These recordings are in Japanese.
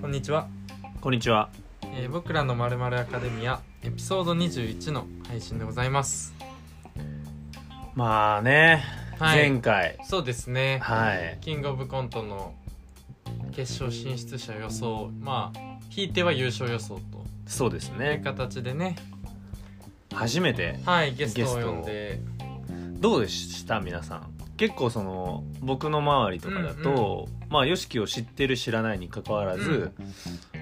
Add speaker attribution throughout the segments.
Speaker 1: こんにちは、
Speaker 2: こんにちは。
Speaker 1: えー僕らのまるまるアカデミアエピソード21の配信でございます。
Speaker 2: まあね、
Speaker 1: はい
Speaker 2: 前回、
Speaker 1: そうですね。
Speaker 2: はい
Speaker 1: キングオブコントの決勝進出者予想、まあ引いては優勝予想
Speaker 2: そうです
Speaker 1: という
Speaker 2: ね、
Speaker 1: 形でね、
Speaker 2: 初めて
Speaker 1: はいゲストを呼んで、
Speaker 2: どうでした皆さん。結構その僕の周りとかだと、まあ YOSHIKI を知ってる知らないに関わらず、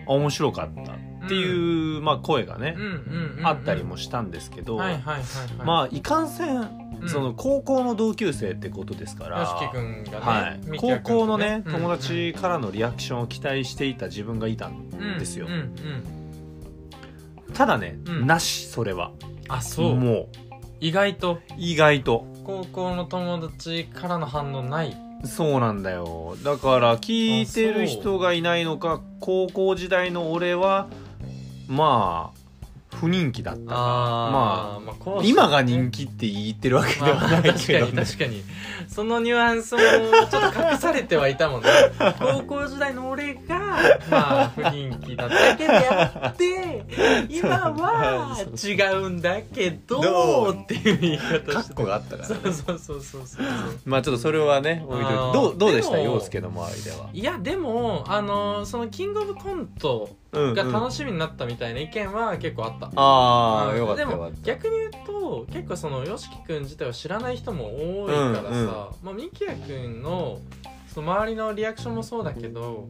Speaker 2: あ面白かったっていう、まあ声がね
Speaker 1: うん、うんうん
Speaker 2: あったりもしたんですけど、
Speaker 1: はいはいはいはい。
Speaker 2: まあいかんせん、
Speaker 1: うん
Speaker 2: その高校の同級生ってことですから。
Speaker 1: よしきくんがね、
Speaker 2: はい、
Speaker 1: みきや
Speaker 2: 高
Speaker 1: くんと
Speaker 2: 校のね、
Speaker 1: うん
Speaker 2: 友達からのリアクションを期待していた自分がいたん
Speaker 1: うん
Speaker 2: ですよ、
Speaker 1: うんうん
Speaker 2: ただね、
Speaker 1: うん
Speaker 2: なしそれは
Speaker 1: あそう
Speaker 2: も
Speaker 1: 意外と
Speaker 2: う意外と
Speaker 1: 高校の友達からの反応ない。
Speaker 2: そうなんだよだから聞いてる人がいないのか高校時代の俺はまあ不人気だった
Speaker 1: あー、まあこうしてね
Speaker 2: 今が人気って言ってるわけで
Speaker 1: まあ
Speaker 2: はな
Speaker 1: 確
Speaker 2: い
Speaker 1: か
Speaker 2: けど
Speaker 1: に
Speaker 2: ね
Speaker 1: 確かにそのニュアンスもちょっと隠されてはいたもんね高校時代の俺がまあ不人気だったけであっ て今は違うんだけどっていう言い
Speaker 2: カ
Speaker 1: 方し
Speaker 2: ッ
Speaker 1: て
Speaker 2: コがあったから
Speaker 1: そ
Speaker 2: ね
Speaker 1: うそうそうそうそう
Speaker 2: まあちょっとそれはね置いといて
Speaker 1: あー
Speaker 2: どうどうでした
Speaker 1: でも
Speaker 2: 陽介の周りではい
Speaker 1: やでもあのそのキングオブコント
Speaker 2: うんうん
Speaker 1: が楽しみになったみたいな意見は結構あった
Speaker 2: あ
Speaker 1: う
Speaker 2: あ
Speaker 1: ん
Speaker 2: よかった
Speaker 1: で
Speaker 2: よか
Speaker 1: も
Speaker 2: った
Speaker 1: 逆に言うと結構その YOSHIKI 君自体を知らない人も多いからさ、
Speaker 2: うんうん
Speaker 1: まあ、みきや君のその周りのリアクションもそうだけど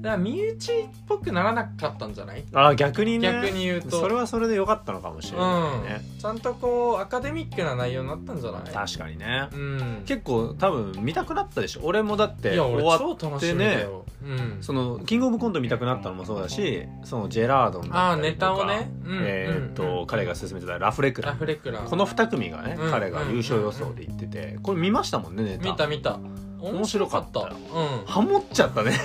Speaker 1: だから身内っぽくならなかったんじゃない
Speaker 2: あー逆にね
Speaker 1: 逆に言うと
Speaker 2: それはそれで良かったのかもしれないね、
Speaker 1: うん、ちゃんとこうアカデミックな内容になったんじゃない
Speaker 2: 確かにね
Speaker 1: うん、
Speaker 2: 結構多分見たくなったでしょ俺もだって
Speaker 1: いや俺
Speaker 2: 終わっ
Speaker 1: 超楽しみだよ、うん、
Speaker 2: そのキングオブコント見たくなったのもそうだしそのジェラードン
Speaker 1: ああ
Speaker 2: だったり
Speaker 1: ネ
Speaker 2: とか
Speaker 1: タをね、うん
Speaker 2: えーっ
Speaker 1: うんう
Speaker 2: と
Speaker 1: ん
Speaker 2: 彼が勧めてたラフレク
Speaker 1: ラ
Speaker 2: ラ
Speaker 1: フレクラ
Speaker 2: この2組がね
Speaker 1: うん
Speaker 2: 彼が優勝予想で言っててこれ見ましたもんねネタ
Speaker 1: 見た見た面白かった
Speaker 2: 面白
Speaker 1: うん
Speaker 2: ハモっちゃった ね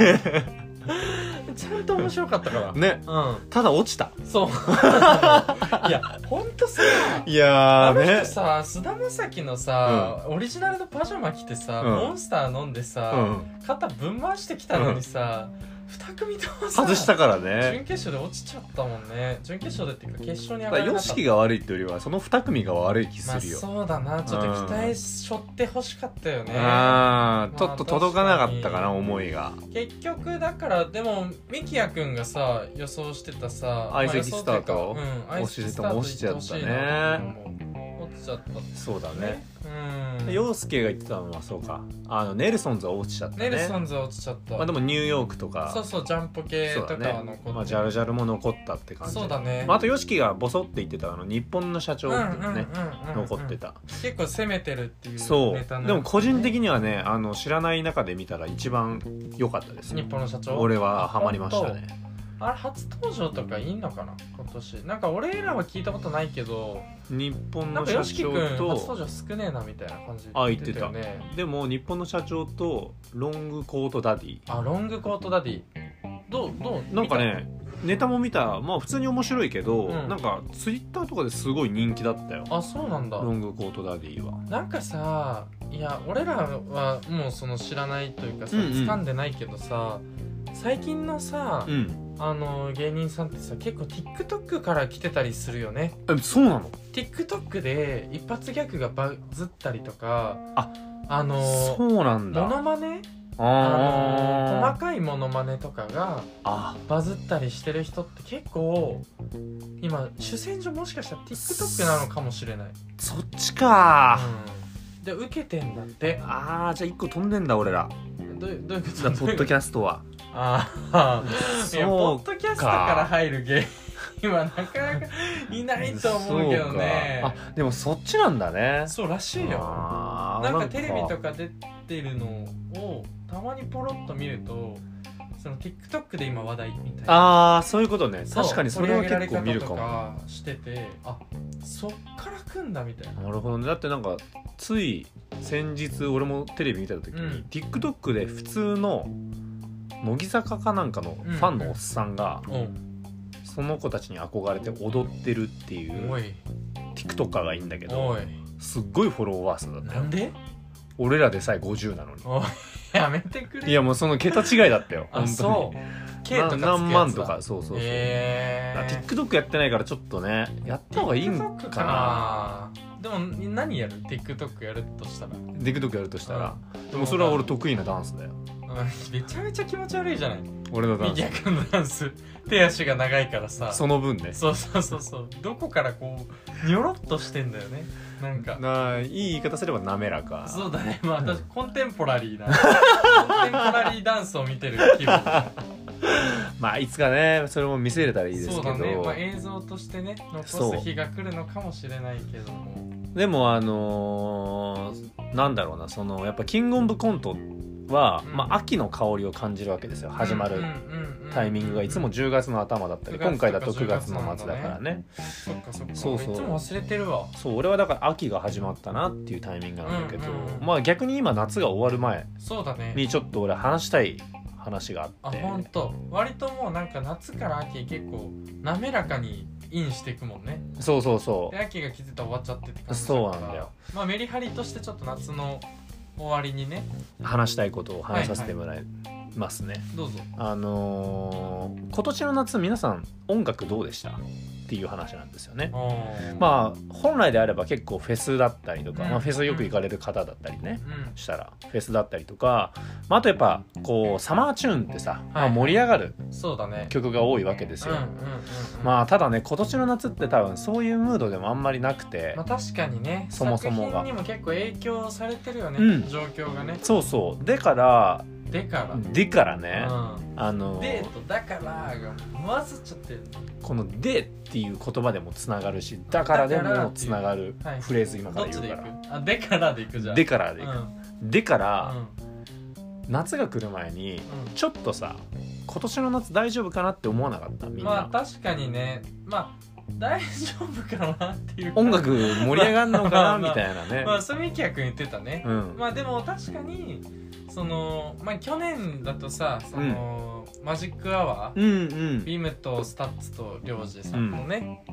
Speaker 1: ちゃんと面白かったから、
Speaker 2: ね
Speaker 1: うん
Speaker 2: ただ落ちた
Speaker 1: そう いやほんとさ
Speaker 2: い
Speaker 1: あ
Speaker 2: や
Speaker 1: の人さ菅田将暉のさ、オリジナルのパジャマ着てさ、
Speaker 2: うん
Speaker 1: モンスター飲んでさ、
Speaker 2: ん
Speaker 1: 肩ぶん回してきたのにさ、二組ともさ
Speaker 2: 外したから
Speaker 1: 準
Speaker 2: ね
Speaker 1: 決勝で落ちちゃったもんね準決勝でっていうか決勝に上が
Speaker 2: だか
Speaker 1: れ
Speaker 2: ら
Speaker 1: なか
Speaker 2: ヨ
Speaker 1: っ
Speaker 2: シ
Speaker 1: た
Speaker 2: キが悪いっていうよりはその2組が悪い気
Speaker 1: ますあ
Speaker 2: るよ、
Speaker 1: そうだなちょっと期待しょってほしかったよね、
Speaker 2: あーちょっと
Speaker 1: まあ
Speaker 2: 届かなかったか
Speaker 1: 確か
Speaker 2: な思いが
Speaker 1: 結局だからでもみきやくんがさ予想してたさ
Speaker 2: 相席スタート
Speaker 1: まあ予想っていうかうん、
Speaker 2: 押しとも落ちちゃったね
Speaker 1: 落ちちゃった
Speaker 2: そうだ
Speaker 1: ね
Speaker 2: ね
Speaker 1: うん
Speaker 2: 陽介が言ってたのはそうかあのネルソンズは落ちちゃったね
Speaker 1: ネルソンズは落ちちゃった、
Speaker 2: まあ、でもニューヨークとか
Speaker 1: そうそうジャンポ系と
Speaker 2: そ
Speaker 1: か
Speaker 2: うだ
Speaker 1: は残
Speaker 2: ね
Speaker 1: って、
Speaker 2: まあ、ジャルジャルも残ったって感じ
Speaker 1: そうだね
Speaker 2: まあ、あと YOSHIKI がボソって言ってたあの日本の社長っていうのね、残ってた、
Speaker 1: 結構攻めてるっていう
Speaker 2: そう
Speaker 1: ネタの
Speaker 2: でも個人的にはねあの知らない中で見たら一番良かったです
Speaker 1: 日
Speaker 2: よ
Speaker 1: 本の社長
Speaker 2: 俺はハマりましたね
Speaker 1: あれ初登場とかいんのかな今年なんか俺らは聞いたことないけど
Speaker 2: 日本
Speaker 1: なんか
Speaker 2: の社
Speaker 1: y o s 君初
Speaker 2: 長
Speaker 1: 登
Speaker 2: と
Speaker 1: 場少ねえなみたいな感じ
Speaker 2: あ言ってた
Speaker 1: よね
Speaker 2: でも日本の社長とロングコートダディ
Speaker 1: あロングコートダディどうどう
Speaker 2: なんかねネタも見たまあ普通に面白いけど、
Speaker 1: うん
Speaker 2: なんかツイッターとかですごい人気だったよ
Speaker 1: 見たあそうなんだ
Speaker 2: ロングコートダディは
Speaker 1: なんかさいや俺らはもうその知らないというかさ、
Speaker 2: うんうん
Speaker 1: 掴んでないけどさ最近のさ、
Speaker 2: うん
Speaker 1: あの芸人さんってさ結構 TikTok から来てたりするよね
Speaker 2: えそうなの
Speaker 1: TikTok で一発ギャグがバズったりとか
Speaker 2: あ
Speaker 1: あ
Speaker 2: そ
Speaker 1: の
Speaker 2: うなんだ
Speaker 1: モノマネあの細
Speaker 2: あ
Speaker 1: かいモノマネとかが
Speaker 2: ーあ
Speaker 1: バズったりしてる人って結構今主戦場もしかしたら TikTok なのかもしれない、
Speaker 2: そっちか
Speaker 1: うん、で受けてんだって
Speaker 2: あーじゃあ一個飛んでんだ俺ら
Speaker 1: どうどういうこと
Speaker 2: だポッドキャストは
Speaker 1: ああいやポ
Speaker 2: そ
Speaker 1: ッドキャストから入る芸人はなかなかいないと思うけどね
Speaker 2: そうかあでもそっちなんだね
Speaker 1: そうらしいよ
Speaker 2: あー
Speaker 1: なんかテレビとか出てるのをたまにポロッと見るとその TikTok で今話題みたいな
Speaker 2: ああそういうことね
Speaker 1: そう
Speaker 2: 確かにそれは
Speaker 1: 取り
Speaker 2: 結
Speaker 1: 上げら
Speaker 2: 構見
Speaker 1: れ
Speaker 2: る
Speaker 1: 方
Speaker 2: か
Speaker 1: と
Speaker 2: も
Speaker 1: かしててあそっから来んだみたいな
Speaker 2: なるほどねだってなんかつい先日俺もテレビ見てた時に、
Speaker 1: うん
Speaker 2: TikTok で普通の乃木坂かなんかのファンのおっさんが、
Speaker 1: うん
Speaker 2: その子たちに憧れて踊ってるっていう
Speaker 1: おい
Speaker 2: TikToker がいいんだけ
Speaker 1: お
Speaker 2: ど
Speaker 1: い
Speaker 2: すっごいフォロワー数だった
Speaker 1: な
Speaker 2: よ
Speaker 1: んで
Speaker 2: 俺らでさえ50なのに
Speaker 1: おいやめてくれ
Speaker 2: いやもうその桁違いだったよ
Speaker 1: あ
Speaker 2: 本
Speaker 1: そ
Speaker 2: 当
Speaker 1: う
Speaker 2: に
Speaker 1: K とかつくやつだ
Speaker 2: な何万とかそうそうそう、
Speaker 1: へ
Speaker 2: だから
Speaker 1: え
Speaker 2: TikTok やってないからちょっとねやった方がいいんかな
Speaker 1: でも何やる TikTok やるとしたら
Speaker 2: TikTok やるとしたら、でもそれは俺得意なダンスだよ
Speaker 1: うんめちゃめちゃ気持ち悪いじゃないミ
Speaker 2: 俺のダン
Speaker 1: キ
Speaker 2: ス
Speaker 1: ヤ君のダンス手足が長いからさ
Speaker 2: その分ね
Speaker 1: そうそうそうそうどこからこうニョロっとしてんだよねなんか
Speaker 2: ないい言い方すれば滑らか
Speaker 1: そうだねまあ私コンテンポラリーな コンテンポラリーダンスを見てる気分
Speaker 2: まあいつかねそれも見せれたらいいですけ
Speaker 1: そう
Speaker 2: ど、
Speaker 1: だね、まあ、映像としてね
Speaker 2: そ
Speaker 1: 残
Speaker 2: う
Speaker 1: す日が来るのかもしれないけども
Speaker 2: でもあのーなんだろうなそのやっぱ「キングオブコントは」
Speaker 1: うん
Speaker 2: まあ、秋の香りを感じるわけですよ始ま
Speaker 1: うん
Speaker 2: る
Speaker 1: うんうん
Speaker 2: タイミングがいつも10月の頭だったり
Speaker 1: 9月とか
Speaker 2: 今回だと9月の末だからね
Speaker 1: そっかそっか
Speaker 2: そうそう
Speaker 1: いつも忘れてるわ
Speaker 2: そう俺はだから秋が始まったなっていうタイミングなんだけど、
Speaker 1: うんうん
Speaker 2: まあ逆に今夏が終わる前
Speaker 1: そうだね
Speaker 2: にちょっと俺話したい話があ
Speaker 1: あ
Speaker 2: って
Speaker 1: 本当割ともうなんか夏から秋結構滑らかにインしていくもんね
Speaker 2: そうそうそ
Speaker 1: で秋が来てたら終わっちゃってって感じ
Speaker 2: そうなん
Speaker 1: から
Speaker 2: だよ
Speaker 1: まあメリハリとしてちょっと夏の終わりにね
Speaker 2: う話したいことを話させてもらいますね、
Speaker 1: どうぞ
Speaker 2: あのー今年の夏皆さん音楽どうでしたっていう話なんですよね
Speaker 1: あ
Speaker 2: まあ本来であれば結構フェスだったりとか、
Speaker 1: うん
Speaker 2: まあ、フェスよく行かれる方だったりね
Speaker 1: うん
Speaker 2: したらフェスだったりとか、まあ、あとやっぱこうサマーチューンってさ、まあ、
Speaker 1: はい
Speaker 2: 盛り上がる
Speaker 1: そうだね
Speaker 2: 曲が多いわけです
Speaker 1: うん
Speaker 2: よ、
Speaker 1: うんうんうん
Speaker 2: まあただね今年の夏って多分そういうムードでもあんまりなくて、
Speaker 1: まあ確かにね
Speaker 2: そもそもが
Speaker 1: 作品にも結構影響されてるよね、
Speaker 2: うん
Speaker 1: 状況がね
Speaker 2: そうそうでから
Speaker 1: でから、
Speaker 2: でからね、
Speaker 1: うん
Speaker 2: あの
Speaker 1: デートだからが混ざっちゃってる
Speaker 2: この「で」っていう言葉でもつながるしだからで
Speaker 1: だから
Speaker 2: も
Speaker 1: っていう
Speaker 2: つながる
Speaker 1: はい
Speaker 2: フレーズ今
Speaker 1: ど
Speaker 2: か
Speaker 1: っ
Speaker 2: ら言
Speaker 1: ち
Speaker 2: う
Speaker 1: で
Speaker 2: か
Speaker 1: 行
Speaker 2: ら。
Speaker 1: くあでからで行くじゃん
Speaker 2: でからでいく、
Speaker 1: うん
Speaker 2: でか
Speaker 1: う
Speaker 2: ら、
Speaker 1: ん
Speaker 2: 夏が来る前にちょっとさ今年の夏大丈夫かなって思わなかった
Speaker 1: う
Speaker 2: み
Speaker 1: ん
Speaker 2: んな、
Speaker 1: まあ確かにねまあ大丈夫かなっていう
Speaker 2: 音楽盛り上がるの
Speaker 1: ま
Speaker 2: かな
Speaker 1: あまあ
Speaker 2: みたいなね、
Speaker 1: まあそうミキヤ君言ってたね、
Speaker 2: うん、
Speaker 1: まあでも確かにそのまあ去年だとさその、マジックアワー、
Speaker 2: うんうん
Speaker 1: ビームとスタッツと領事さんのね、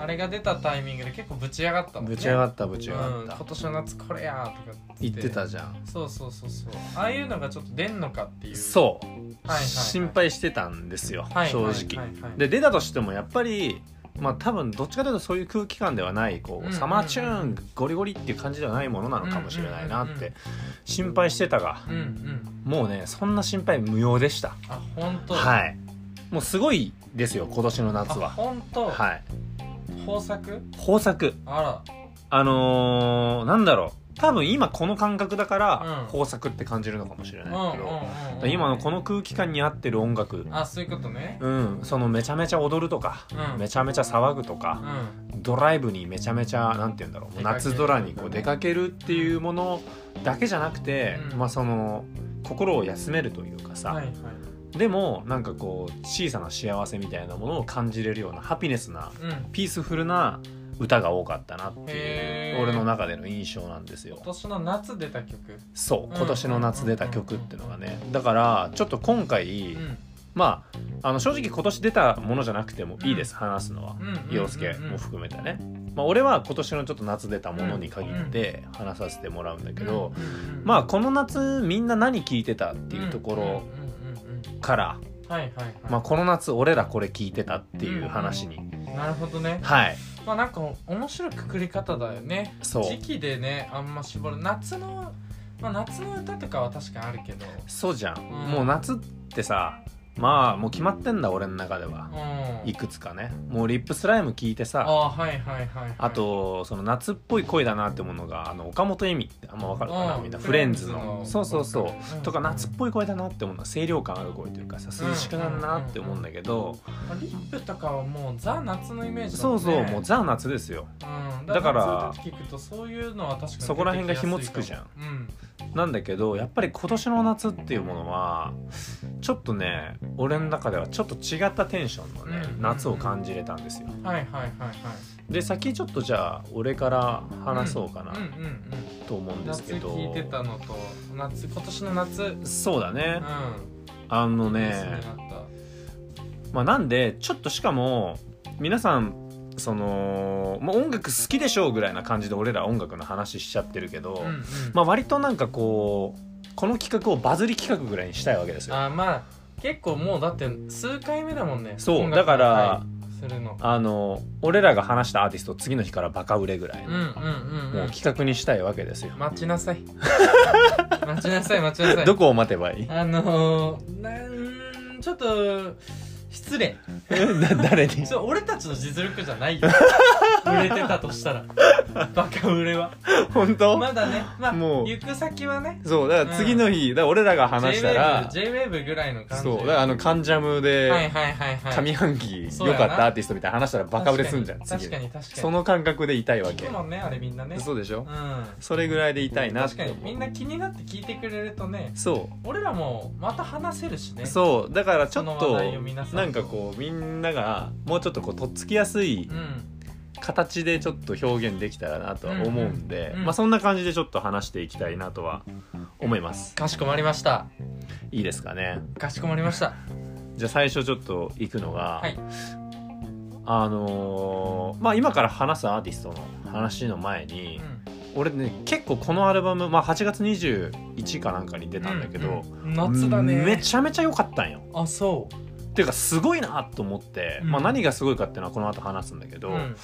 Speaker 1: あれが出たタイミングで結構ぶち上がったもんね
Speaker 2: ぶち上が
Speaker 1: っ
Speaker 2: ったぶち上がった、
Speaker 1: うん、今年の夏これやーとかっ
Speaker 2: 言ってたじゃん
Speaker 1: そうそうそうそうああいうのがちょっと出んのかっていうう
Speaker 2: そう、
Speaker 1: はいはい
Speaker 2: 心配してたんですよ、
Speaker 1: はい
Speaker 2: 正直、
Speaker 1: はいはいはい
Speaker 2: で出たとしてもやっぱりまあ多分どっちかというとそういう空気感ではないこう、
Speaker 1: うんうん
Speaker 2: サマーチューンゴリゴリっていう感じではないものなのかもしれないな
Speaker 1: う
Speaker 2: っ
Speaker 1: んうんうんうん
Speaker 2: て心配してたが
Speaker 1: うんうん
Speaker 2: もうねそんな心配無用でした
Speaker 1: あ本当い
Speaker 2: はいもうすごいですよ今年の
Speaker 1: あ
Speaker 2: 夏は
Speaker 1: 本当
Speaker 2: はい
Speaker 1: 豊作
Speaker 2: 豊作
Speaker 1: あ
Speaker 2: あのーなんだろう多分今この感覚だから
Speaker 1: うん
Speaker 2: 豊作って感じるのかもしれ
Speaker 1: ら
Speaker 2: ないけど、だか
Speaker 1: うん
Speaker 2: ら今のこの空気感に合ってる音楽
Speaker 1: あそういうことね
Speaker 2: うんそのめちゃめちゃ踊るとか
Speaker 1: うん
Speaker 2: めちゃめちゃ騒ぐとか、
Speaker 1: うん
Speaker 2: ドライブにめちゃめちゃなんて言うんだろうも
Speaker 1: 出
Speaker 2: う
Speaker 1: かける
Speaker 2: 夏空にこう出かけるっていうものだけじゃなくて、
Speaker 1: うん
Speaker 2: まあその心を休めるというかさ、
Speaker 1: はいはい
Speaker 2: でもなんかこう小さな幸せみたいなものを感じれるようなハピネスな
Speaker 1: うん
Speaker 2: ピースフルな歌が多かったなってい
Speaker 1: へ
Speaker 2: う
Speaker 1: ー
Speaker 2: 俺の中での印象なんですよ
Speaker 1: 今。年の夏出た曲
Speaker 2: そう
Speaker 1: うん
Speaker 2: 今年の夏出た曲っていうのがねだからちょっと今回、
Speaker 1: うん
Speaker 2: まああの正直今年出たものじゃなくてもいいです、話すのは。
Speaker 1: うん
Speaker 2: 洋介も含めてね、まあ、俺は今年のちょっと夏出たものに限って話させてもらうんだけど、まあこの夏みんな何聞いてたっていうところから、
Speaker 1: はいはいはい、
Speaker 2: まあ、この夏俺らこれ聞いてたっていう話に、
Speaker 1: なるほどね
Speaker 2: はい
Speaker 1: まあなんか面白いくくり方だよね
Speaker 2: そう
Speaker 1: 時期でねあんま絞る夏の、まあ、夏の歌とかは確かにあるけど
Speaker 2: そうじゃん、
Speaker 1: ん
Speaker 2: もう夏ってさまあもう決まってんだ俺の中では
Speaker 1: う、ん
Speaker 2: いくつかねもうリップスライム聞いて
Speaker 1: あ
Speaker 2: さ
Speaker 1: あはいはいはい、はい、
Speaker 2: あとその夏っぽい声だなってものがあの岡本恵美ってあんま分かるかな
Speaker 1: うん
Speaker 2: みんなフレンズのそうそうそうとか夏っ
Speaker 1: うん
Speaker 2: ぽい声だなって思うのは清涼感ある声というかさ涼しくなるなって思うんだけど、
Speaker 1: まあリップとかはもうザ夏のイメージだも
Speaker 2: そ
Speaker 1: ん
Speaker 2: う
Speaker 1: ね
Speaker 2: そうもうザ夏ですよ
Speaker 1: うん、
Speaker 2: だから
Speaker 1: 夏の時聞くとそういうのは確かに
Speaker 2: そこら辺が紐つくじゃん
Speaker 1: 出てきやすいかもうん
Speaker 2: なんだけどやっぱり今年の夏っていうものはちょっとね俺の中ではちょっと違ったテンションのね
Speaker 1: うん
Speaker 2: 夏を感じれたんですよ
Speaker 1: はいはいはいはい
Speaker 2: で先ちょっとじゃあ俺から話そうかな
Speaker 1: うんうんうん
Speaker 2: と思うんです
Speaker 1: 夏
Speaker 2: けど、
Speaker 1: 聞いてたのと夏今年の夏うん
Speaker 2: そうだねあのね
Speaker 1: 夏になっ
Speaker 2: まあ、なんでちょっとしかも皆さんそのもう音楽好きでしょうぐらいな感じで俺ら音楽の話しちゃってるけど、
Speaker 1: うんうん
Speaker 2: まあ、割となんかこうこの企画をバズり企画ぐらいにしたいわけですよ。
Speaker 1: あーまあ結構もうだって数回目だもんね
Speaker 2: そう
Speaker 1: 音楽の
Speaker 2: だから
Speaker 1: はいするの
Speaker 2: あの俺らが話したアーティスト次の日からバカ売れぐらい
Speaker 1: うんう
Speaker 2: の、
Speaker 1: んうん
Speaker 2: も
Speaker 1: う
Speaker 2: うん企画にしたいわけですよ。
Speaker 1: 待ちなさ い待ちなさい待ちなさい
Speaker 2: どこを待てばいい
Speaker 1: あのー、なんちょっと失礼
Speaker 2: な誰に
Speaker 1: それ俺たちの実力じゃ ないよ売れてたとしたらバカ売れは
Speaker 2: 本当、
Speaker 1: まだねまあ
Speaker 2: もう
Speaker 1: 行く先はね
Speaker 2: そうだから次の日、だから俺らが話したら
Speaker 1: JWAVE ぐらいの感じ
Speaker 2: そうだからあのカンジャムで、
Speaker 1: はいはいはいはい
Speaker 2: 上半期
Speaker 1: そうや
Speaker 2: 良
Speaker 1: な
Speaker 2: かったアーティストみたいな話したらバカ売れすんじゃん
Speaker 1: 確
Speaker 2: 次
Speaker 1: かに確かに
Speaker 2: その感覚でいたいわ
Speaker 1: 聞
Speaker 2: け
Speaker 1: くもんねあれみんなね
Speaker 2: そうでしょ、
Speaker 1: うん
Speaker 2: それぐらいでいたいなっ
Speaker 1: 確
Speaker 2: て
Speaker 1: か
Speaker 2: 思
Speaker 1: に
Speaker 2: う
Speaker 1: みんな気になって聞いてくれるとね
Speaker 2: そ
Speaker 1: 俺らもまた話せるしね
Speaker 2: うそうだからちょっ
Speaker 1: その
Speaker 2: と
Speaker 1: 話題を皆さんと
Speaker 2: なんかこうみんながもうちょっとこうとっつきやすい
Speaker 1: うん
Speaker 2: 形でちょっと表現できたらなとは思うんで、
Speaker 1: うんうんうん
Speaker 2: まあ、そんな感じでちょっと話していきたいなとは思います
Speaker 1: かしこまりました
Speaker 2: いいですかね
Speaker 1: かしこまりました
Speaker 2: じゃあ最初ちょっと行くのが、
Speaker 1: はい
Speaker 2: あのーまあ今から話すアーティストの話の前に、
Speaker 1: うん
Speaker 2: 俺ね結構このアルバム、まあ、8月21かなんかに出たんだけど、
Speaker 1: うん夏だね
Speaker 2: めちゃめちゃ良かったんよ
Speaker 1: あそう
Speaker 2: っていうかすごいなと思って、
Speaker 1: うん
Speaker 2: まあ、何がすごいかっていうのはこの後話すんだけど、
Speaker 1: うん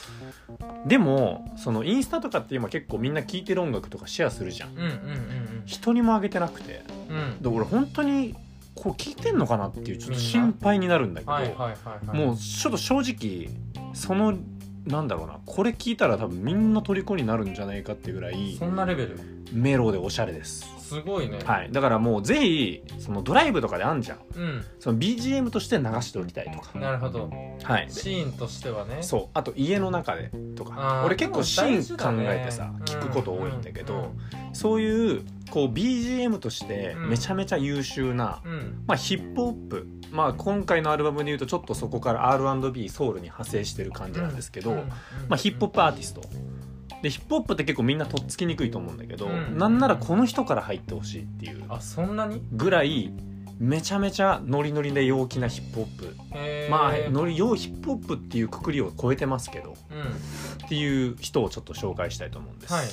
Speaker 2: でもそのインスタとかって今結構みんな聴いてる音楽とかシェアするじゃん
Speaker 1: うんうん
Speaker 2: 人にもあげてなくて
Speaker 1: うんうんうん
Speaker 2: で俺本当にこう聴いてんのかなっていうちょ
Speaker 1: み
Speaker 2: っと
Speaker 1: んな
Speaker 2: 心配になるんだけど、
Speaker 1: はいはいはいはい
Speaker 2: もうちょっと正直そのなんだろうなこれ聞いたら多分みんな虜になるんじゃないかっていうぐらい
Speaker 1: そんなレベル
Speaker 2: メロでおしゃれです
Speaker 1: すごいね
Speaker 2: はい、だからもうぜひそのドライブとかであんじゃん
Speaker 1: うん
Speaker 2: その BGM として流しておきたいとか、
Speaker 1: なるほど
Speaker 2: はい、
Speaker 1: シーンとしてはね
Speaker 2: そうあと家の中でと
Speaker 1: あ
Speaker 2: か
Speaker 1: ー
Speaker 2: 俺結構シーン考えてさ、
Speaker 1: 大事だ
Speaker 2: 聞
Speaker 1: ね
Speaker 2: くこと多いんだけど、
Speaker 1: うんうん
Speaker 2: そういうこう BGM として
Speaker 1: うん
Speaker 2: めちゃめちゃ優秀な、
Speaker 1: うん
Speaker 2: まあ、ヒップホップ、まあ、今回のアルバムで言うとちょっとそこから R&B ソウルに派生してる感じなんですけど、
Speaker 1: うんうん
Speaker 2: まあ、ヒップホップアーティストでヒップホップって結構みんなとっつきにくいと思うんだけど、
Speaker 1: うん
Speaker 2: なんならこの人から入ってほしいっていう
Speaker 1: あそんなに
Speaker 2: ぐらいめちゃめちゃノリノリで陽気なヒップホップ、
Speaker 1: へー
Speaker 2: まあノリ陽ヒップホップっていうくくりを超えてますけど
Speaker 1: うん
Speaker 2: っていう人をちょっと紹介したいと思うんです、
Speaker 1: はい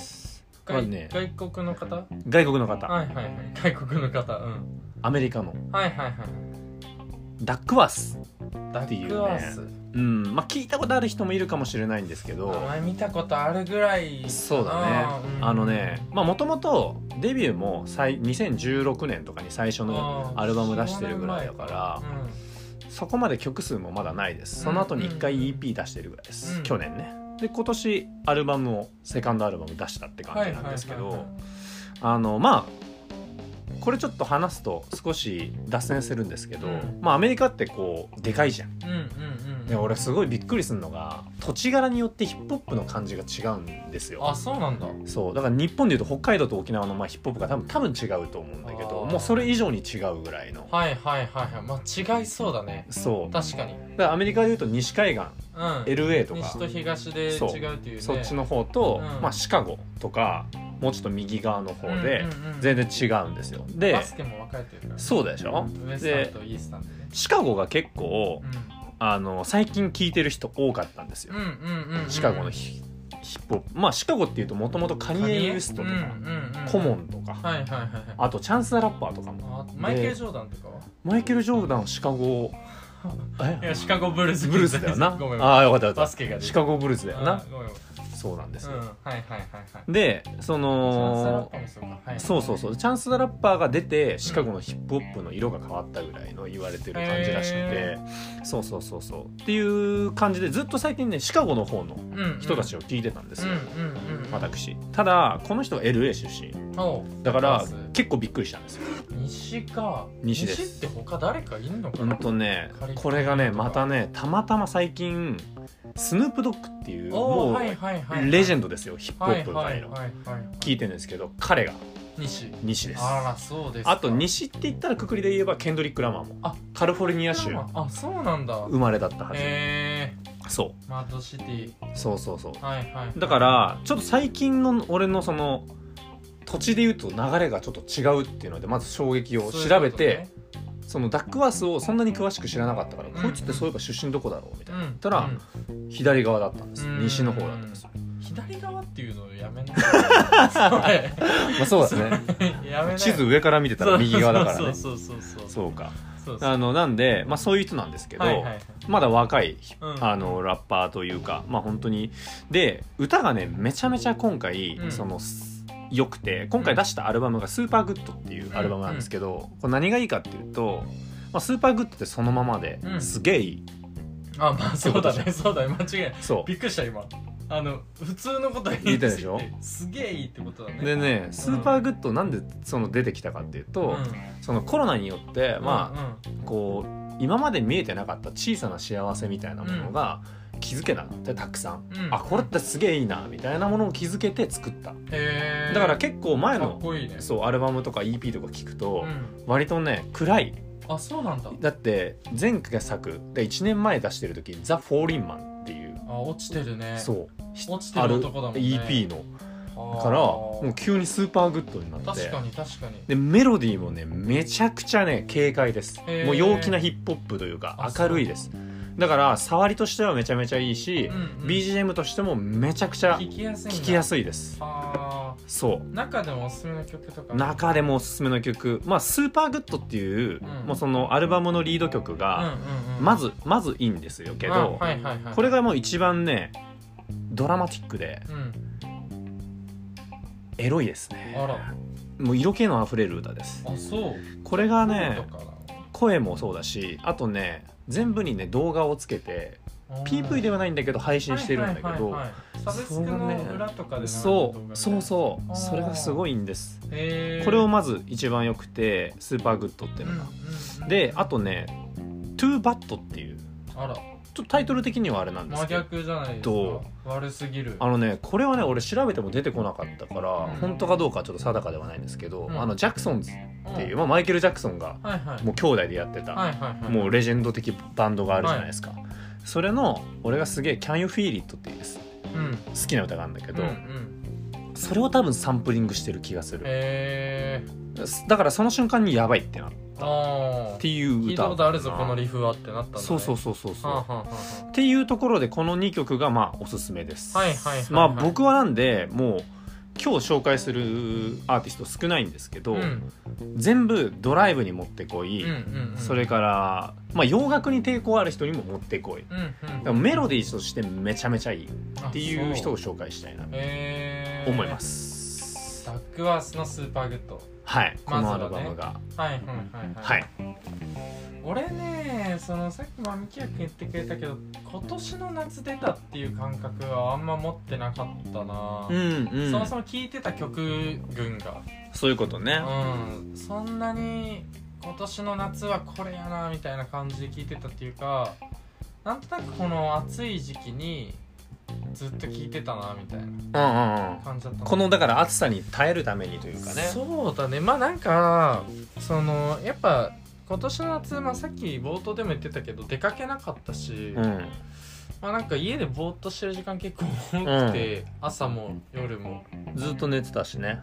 Speaker 2: まあね
Speaker 1: 外外国の方
Speaker 2: 外国の方、
Speaker 1: はいはいはい外国の方うん
Speaker 2: アメリカの
Speaker 1: はいはいはい
Speaker 2: ダックワース
Speaker 1: ダ
Speaker 2: てい
Speaker 1: ッ
Speaker 2: うね
Speaker 1: クワース
Speaker 2: うんまあ聞いたことある人もいるかもしれないんですけ
Speaker 1: 名
Speaker 2: ど
Speaker 1: 前見たことあるぐらい
Speaker 2: そうだね
Speaker 1: うん
Speaker 2: あのねまあもともとデビューも最2016年とかに最初の
Speaker 1: あー
Speaker 2: アルバム出してるぐらいだから
Speaker 1: うん
Speaker 2: そこまで曲数もまだないですその後に1回
Speaker 1: うん
Speaker 2: EP 出してるぐらいです、
Speaker 1: うん
Speaker 2: 去年ねで今年アルバムをセカンドアルバム出したって感じなんですけど、
Speaker 1: はいはいはいはい
Speaker 2: あのまあこれちょっと話すと少し脱線するんですけど、
Speaker 1: うん
Speaker 2: まあアメリカってこうでかいじゃん
Speaker 1: うんうんうん
Speaker 2: で俺すごいびっくりするのが土地柄によってヒップホップの感じが違うんですよ
Speaker 1: あそうなんだ
Speaker 2: そうだから日本でいうと北海道と沖縄のまあヒップホップが多分多分違うと思うんだけど
Speaker 1: あー
Speaker 2: もうそれ以上に違うぐらいの
Speaker 1: はいはいはいはいまあ違いそうだね
Speaker 2: そうだか
Speaker 1: 確かにうん
Speaker 2: らアメリカでいうと西海岸 LA とか
Speaker 1: 西と東で違うっていうね
Speaker 2: そっちの方と、
Speaker 1: うん
Speaker 2: まあ、シカゴとかもうちょっと右側の方で
Speaker 1: うんうんうん
Speaker 2: 全然違うんですよ。で
Speaker 1: バスケも分かれてるからね
Speaker 2: そうでしょ
Speaker 1: ウエスタンとイースタンでね
Speaker 2: シカゴが結構
Speaker 1: うん
Speaker 2: あの最近聴いてる人多かったんですよ
Speaker 1: う。んうんうんうん
Speaker 2: シカゴのヒヒップホップまあシカゴっていうともともとカニエ・ウエストと
Speaker 1: うん
Speaker 2: か
Speaker 1: うんうん
Speaker 2: コモンとか
Speaker 1: はいはいはいはい
Speaker 2: あとチャンス・ザ・ラッパーとか
Speaker 1: あ
Speaker 2: も
Speaker 1: マイケル・ジョーダンとかは
Speaker 2: マイケル・ジョーダンシカゴ
Speaker 1: い
Speaker 2: え
Speaker 1: やシカゴブルーズ
Speaker 2: ブルースだよな
Speaker 1: ごめん
Speaker 2: ああよかったよか
Speaker 1: バ
Speaker 2: っ
Speaker 1: スケが
Speaker 2: た
Speaker 1: 出て
Speaker 2: シカゴブルースだよ
Speaker 1: あ
Speaker 2: な
Speaker 1: ーごめん
Speaker 2: そうなんです
Speaker 1: うん
Speaker 2: よ
Speaker 1: はいはいはいはい
Speaker 2: でそ
Speaker 1: チャンスラ
Speaker 2: の
Speaker 1: ッパーもそうかはい
Speaker 2: そうそうそうチャンス・ザ・ラッパーが出てシカゴのヒップホップの色が変わったぐらいの言われてる感じらしくて
Speaker 1: へ
Speaker 2: そうそうそうそうっていう感じでずっと最近ねシカゴの方の
Speaker 1: うんうん
Speaker 2: 人たちを聞いてたんです
Speaker 1: うん
Speaker 2: よ、
Speaker 1: うんうん
Speaker 2: 私ただこの人は LA 出身
Speaker 1: おう
Speaker 2: だか
Speaker 1: ダ
Speaker 2: ら
Speaker 1: ックワース
Speaker 2: 結構びっくりしたんですよ
Speaker 1: 西か
Speaker 2: 西です
Speaker 1: って他誰かいんのか
Speaker 2: ほん
Speaker 1: な
Speaker 2: とね
Speaker 1: カリフォルニアとか
Speaker 2: これがねまたねたまたま最近スヌープドッグっていう
Speaker 1: おー
Speaker 2: も
Speaker 1: はいはいはいう
Speaker 2: レジェンドですよヒップホ
Speaker 1: はい
Speaker 2: ップ界の
Speaker 1: はいはいはい
Speaker 2: 聞いてるんですけど彼が
Speaker 1: 西
Speaker 2: 西です
Speaker 1: あらそうですか
Speaker 2: あと西って言ったらくくりで言えばケンドリック・ラマーも
Speaker 1: あ
Speaker 2: カリフォルニア州
Speaker 1: あそうなんだ
Speaker 2: 生まれだったはず、
Speaker 1: へえ
Speaker 2: そ
Speaker 1: マッドシティ
Speaker 2: うそうそうそう
Speaker 1: はいはい
Speaker 2: だからちょっと最近の俺のその土地で言うと流れがちょっと違うっていうのでまず衝撃を調べてそのダックワースをそんなに詳しく知らなかったから、
Speaker 1: うん
Speaker 2: こいつってそういえば出身どこだろうみたいな、
Speaker 1: う
Speaker 2: 言
Speaker 1: ん
Speaker 2: ったら、
Speaker 1: うん
Speaker 2: 左側だったんですよ
Speaker 1: うん
Speaker 2: 西の方だったんですよ、
Speaker 1: 左側っていうのやめなそれ
Speaker 2: まあ、そうだね
Speaker 1: やめな
Speaker 2: 地図上から見てたら右側だからね
Speaker 1: そうそうそうそうそう
Speaker 2: そうか
Speaker 1: そうそう
Speaker 2: あのなんで、まあ、そういう人なんですけど、
Speaker 1: はいはいはい
Speaker 2: まだ若い、
Speaker 1: うん
Speaker 2: あのラッパーというかまあ本当にで歌がねめちゃめちゃ今回、
Speaker 1: うん
Speaker 2: そのす良くて今回出したアルバムが「スーパーグッド」っていうアルバムなんですけど、これ何がいいかっていうと、まあ、スーパーグッドってそのままで
Speaker 1: うん
Speaker 2: すげえいい、
Speaker 1: あまあそうだ
Speaker 2: ってこと
Speaker 1: ねそうだね間違いない
Speaker 2: そう
Speaker 1: びっくりした今あの普通のことはいい
Speaker 2: 言ったでしょ
Speaker 1: ってすげえいいってことだね
Speaker 2: でねスーパーグッドなんでその出てきたかっていう
Speaker 1: う
Speaker 2: と、
Speaker 1: ん
Speaker 2: そのコロナによってま
Speaker 1: あ
Speaker 2: あこう今まで見えてなかった小さな幸せみたいなものが気づけなくてたくさん、あこれってすげえいいなみたいなものを気づけて作った
Speaker 1: へえ
Speaker 2: だから結構前
Speaker 1: かっ
Speaker 2: の
Speaker 1: こいいね
Speaker 2: そうアルバムとか EP とか聞くと、
Speaker 1: うん
Speaker 2: 割とね暗い
Speaker 1: あそうなんだ
Speaker 2: だって前回作で1年前出してる時「ザ・フォーリンマン」っていう、
Speaker 1: あ落ちてるね
Speaker 2: そう
Speaker 1: 落ちてる男だもんね
Speaker 2: EP の
Speaker 1: う
Speaker 2: からもう急にスーパーグッドになって
Speaker 1: 確かに確かに
Speaker 2: でメロディーもねめちゃくちゃね軽快です
Speaker 1: へー
Speaker 2: もう陽気なヒップホップというか
Speaker 1: あそう
Speaker 2: 明るいですだから触りとしてはめちゃめちゃいいし、
Speaker 1: うんうん
Speaker 2: BGM としてもめちゃくちゃ
Speaker 1: 聞きやすい
Speaker 2: 聴きや
Speaker 1: い
Speaker 2: すいです
Speaker 1: あ
Speaker 2: そ
Speaker 1: ー中でもおすすめの曲とか
Speaker 2: う中でもおすすめの曲まあ「スーパーグッド」っていう、
Speaker 1: うん
Speaker 2: もうそのアルバムのリード曲
Speaker 1: うん
Speaker 2: が、
Speaker 1: うんうん
Speaker 2: まずまずいいんですよけど、
Speaker 1: あはいはいはい
Speaker 2: これがもう一番ねドラマティックで
Speaker 1: うん
Speaker 2: エロいですね
Speaker 1: あら
Speaker 2: もう色気のあふれる歌です
Speaker 1: あそう
Speaker 2: これがね、
Speaker 1: そういうことか
Speaker 2: 声もそうだしあとね全部にね動画をつけて
Speaker 1: な
Speaker 2: PV ではないんだけど配信してるんだけ
Speaker 1: はいはい
Speaker 2: ど
Speaker 1: はいはいサブスクの裏とかで流れてる
Speaker 2: そ
Speaker 1: 動画
Speaker 2: う
Speaker 1: で
Speaker 2: そうそ
Speaker 1: あー
Speaker 2: うそれがすごいんです
Speaker 1: へー
Speaker 2: これをまず一番よくてスーパーグッドっていうのが
Speaker 1: うんうん
Speaker 2: であとね「トゥーバットっていう
Speaker 1: あら
Speaker 2: ちょっとタイトル的にはあれなんです
Speaker 1: 真
Speaker 2: けど
Speaker 1: 逆じゃないです
Speaker 2: ど
Speaker 1: か悪すぎる
Speaker 2: あのねこれはね俺調べても出てこなかったから
Speaker 1: うん
Speaker 2: 本当かどうかちょっと定かではないんですけど
Speaker 1: うん
Speaker 2: あのジャクソンズっていううんまあマイケル・ジャクソンが
Speaker 1: はいはい
Speaker 2: もう兄弟でやってた
Speaker 1: はいはいはい
Speaker 2: もうレジェンド的バンドがあるじゃないですか、それの俺がすげえ「Can You Feel It」っていうです
Speaker 1: うん
Speaker 2: 好きな歌があるんだけ
Speaker 1: う
Speaker 2: ど、
Speaker 1: んうん
Speaker 2: それを多分サンプリングしてる気がする
Speaker 1: へえ
Speaker 2: だからその瞬間にやばいってなっ
Speaker 1: ああ
Speaker 2: ていう歌
Speaker 1: 聞いたことあるぞこのリフはってなったんだね
Speaker 2: そうそうそうそうそう、
Speaker 1: はあはあはあ
Speaker 2: っていうところでこの2曲がまあおすすめです、
Speaker 1: はいはいはいはい
Speaker 2: まあ僕はなんでもう今日紹介するアーティスト少ないんですけど、
Speaker 1: うん
Speaker 2: 全部ドライブに持ってこい、
Speaker 1: うんうんうん
Speaker 2: それから、まあ、洋楽に抵抗ある人にも持ってこい
Speaker 1: うんうん
Speaker 2: だからメロディーとしてめちゃめちゃいい
Speaker 1: っ
Speaker 2: っていう人を紹介したいなと
Speaker 1: えー、
Speaker 2: 思いますす
Speaker 1: ダ。ックワースのスーパーグッド
Speaker 2: はい、こ
Speaker 1: まず
Speaker 2: のア
Speaker 1: はね
Speaker 2: ルバムが、
Speaker 1: はいはいはい
Speaker 2: はい、
Speaker 1: 俺ねそのさっきもみきやくん言ってくれたけど今年の夏出たっていう感覚はあんま持ってなかったな、
Speaker 2: うんうん、
Speaker 1: そもそも聴いてた曲群が
Speaker 2: そういうことね。
Speaker 1: うんそんなに今年の夏はこれやなみたいな感じで聴いてたっていうかなんとなくこの暑い時期にずっと聴いてたなみたいな
Speaker 2: うんうんうん。
Speaker 1: 感じだったな
Speaker 2: このだから暑さに耐えるためにというかね。
Speaker 1: そうだねまあなんかそのやっぱ今年の夏、まあ、さっき冒頭でも言ってたけど出かけなかったし、
Speaker 2: うん
Speaker 1: まあなんか家でぼーっとしてる時間結構多くて、朝も夜も
Speaker 2: ずっと寝てたしね。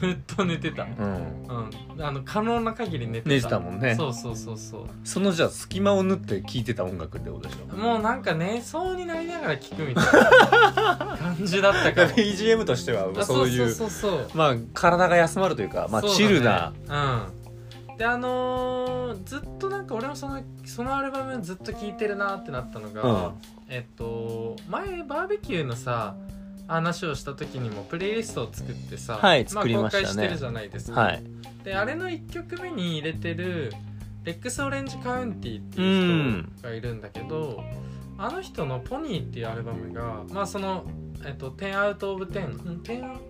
Speaker 1: ずっと寝てた、
Speaker 2: うん。
Speaker 1: うん、あの可能な限り寝てた
Speaker 2: 寝てたもんね。
Speaker 1: そうそうそうそう
Speaker 2: そのじゃあ隙間を縫って聴いてた音楽ってことでしょ。
Speaker 1: もうなんか寝そうになりながら聞くみたいな感じだったかも
Speaker 2: BGM としては
Speaker 1: あ
Speaker 2: そういう
Speaker 1: そうそうそうそう
Speaker 2: まあ体が休まるというか、まあ
Speaker 1: そうだね
Speaker 2: チルな、
Speaker 1: うんであのーずっとなんか俺もそのそのアルバムずっと聴いてるなってなったのが、えっと前バーベキューのさ話をした時にもプレイリストを作ってさ、
Speaker 2: はい作りましたね
Speaker 1: あ、公開してるじゃないです
Speaker 2: うん、
Speaker 1: か、
Speaker 2: はい。
Speaker 1: であれの1曲目に入れてるレックス・オレンジ・カウンティって
Speaker 2: う
Speaker 1: いうん人がいるんだけど、あの人の「ポニー」っていうアルバムがまあその「えっと、10アウト・オブ・10」ん10ん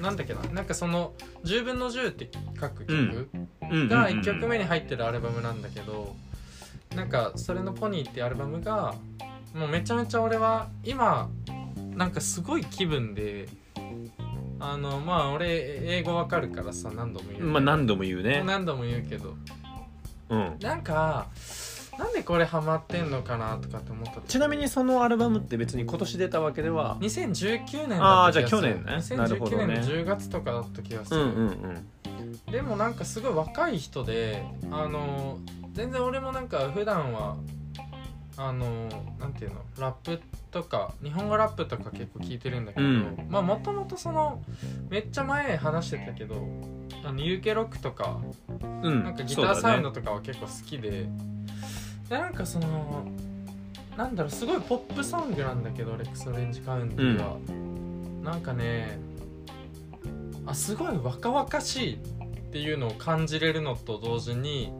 Speaker 1: なんだっけななんかその「10分の10」って書く曲、
Speaker 2: うんうん
Speaker 1: が1曲目に
Speaker 2: っ
Speaker 1: 入ってるアルバムなんだけどなんかそれの「ポニー」っていうアルバムがもうめちゃめちゃ俺は今なんかすごい気分であのまあ俺英語わかるからさ何度も言う、
Speaker 2: まあ何度も言うね。
Speaker 1: 何度も言うけど
Speaker 2: うん。
Speaker 1: なんかなんでこれハマってんのかなとかって思った時
Speaker 2: ちなみにそのアルバムって別に今年出たわけでは
Speaker 1: 2019年だった気がする
Speaker 2: あーじゃあ去年ねなるほ
Speaker 1: 2019
Speaker 2: ど
Speaker 1: 年
Speaker 2: ね
Speaker 1: の10月とかだった気がす
Speaker 2: うん
Speaker 1: る
Speaker 2: うんうん
Speaker 1: でもなんかすごい若い人であの全然俺もなんか普段はあのなんていうのラップとか日本語ラップとか結構聞いてるんだけど、
Speaker 2: うん
Speaker 1: まあもともとそのめっちゃ前話してたけどあの UK ロックとか
Speaker 2: うん
Speaker 1: なんかギタ
Speaker 2: そうだ
Speaker 1: ー
Speaker 2: ね
Speaker 1: サウンドとかは結構好きで,、でなんかそのなんだろうすごいポップソングなんだけどレックス・オレンジ・カウンティは、なんかねあすごい若々しいっていうのを感じれるのと同時に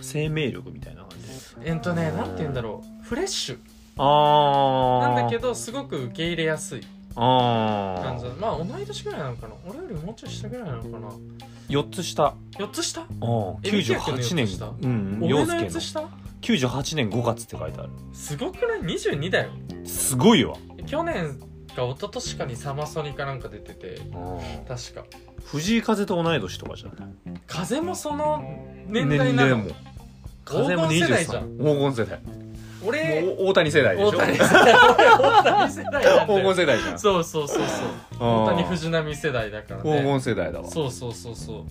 Speaker 2: 生命力みたいな感じ
Speaker 1: えっとねなんて言うんだろうフレッシュ
Speaker 2: あ
Speaker 1: な
Speaker 2: あ
Speaker 1: んだけどすごく受け入れやすい
Speaker 2: あ
Speaker 1: 感じ
Speaker 2: あ
Speaker 1: だまあ同い年ぐらいなのかな俺よりもうちょい下ぐらいなのかな
Speaker 2: 4つ下あ
Speaker 1: 4つ下
Speaker 2: あ98
Speaker 1: え
Speaker 2: 年
Speaker 1: 見てよ
Speaker 2: うん
Speaker 1: お
Speaker 2: 陽
Speaker 1: 前の4
Speaker 2: 介
Speaker 1: つ
Speaker 2: の
Speaker 1: 下
Speaker 2: 98年5月って書いてあ
Speaker 1: すごくない22だよ
Speaker 2: るすごいわ
Speaker 1: 去年か一昨年かにサマソニかなんか出てて確か
Speaker 2: 藤井風と同い年とかじゃない
Speaker 1: 風もその年代なの
Speaker 2: も風も
Speaker 1: 黄金世代
Speaker 2: 23
Speaker 1: じゃん
Speaker 2: 黄金世代
Speaker 1: 俺
Speaker 2: もう大谷世代でしょ
Speaker 1: 大谷世代俺大谷世代なんだ
Speaker 2: 黄金
Speaker 1: よ
Speaker 2: 世代じゃん
Speaker 1: そうそうそうそう
Speaker 2: 大
Speaker 1: 大谷藤波世代だから
Speaker 2: 黄
Speaker 1: ね
Speaker 2: 金世代だわ
Speaker 1: そうそうそうそう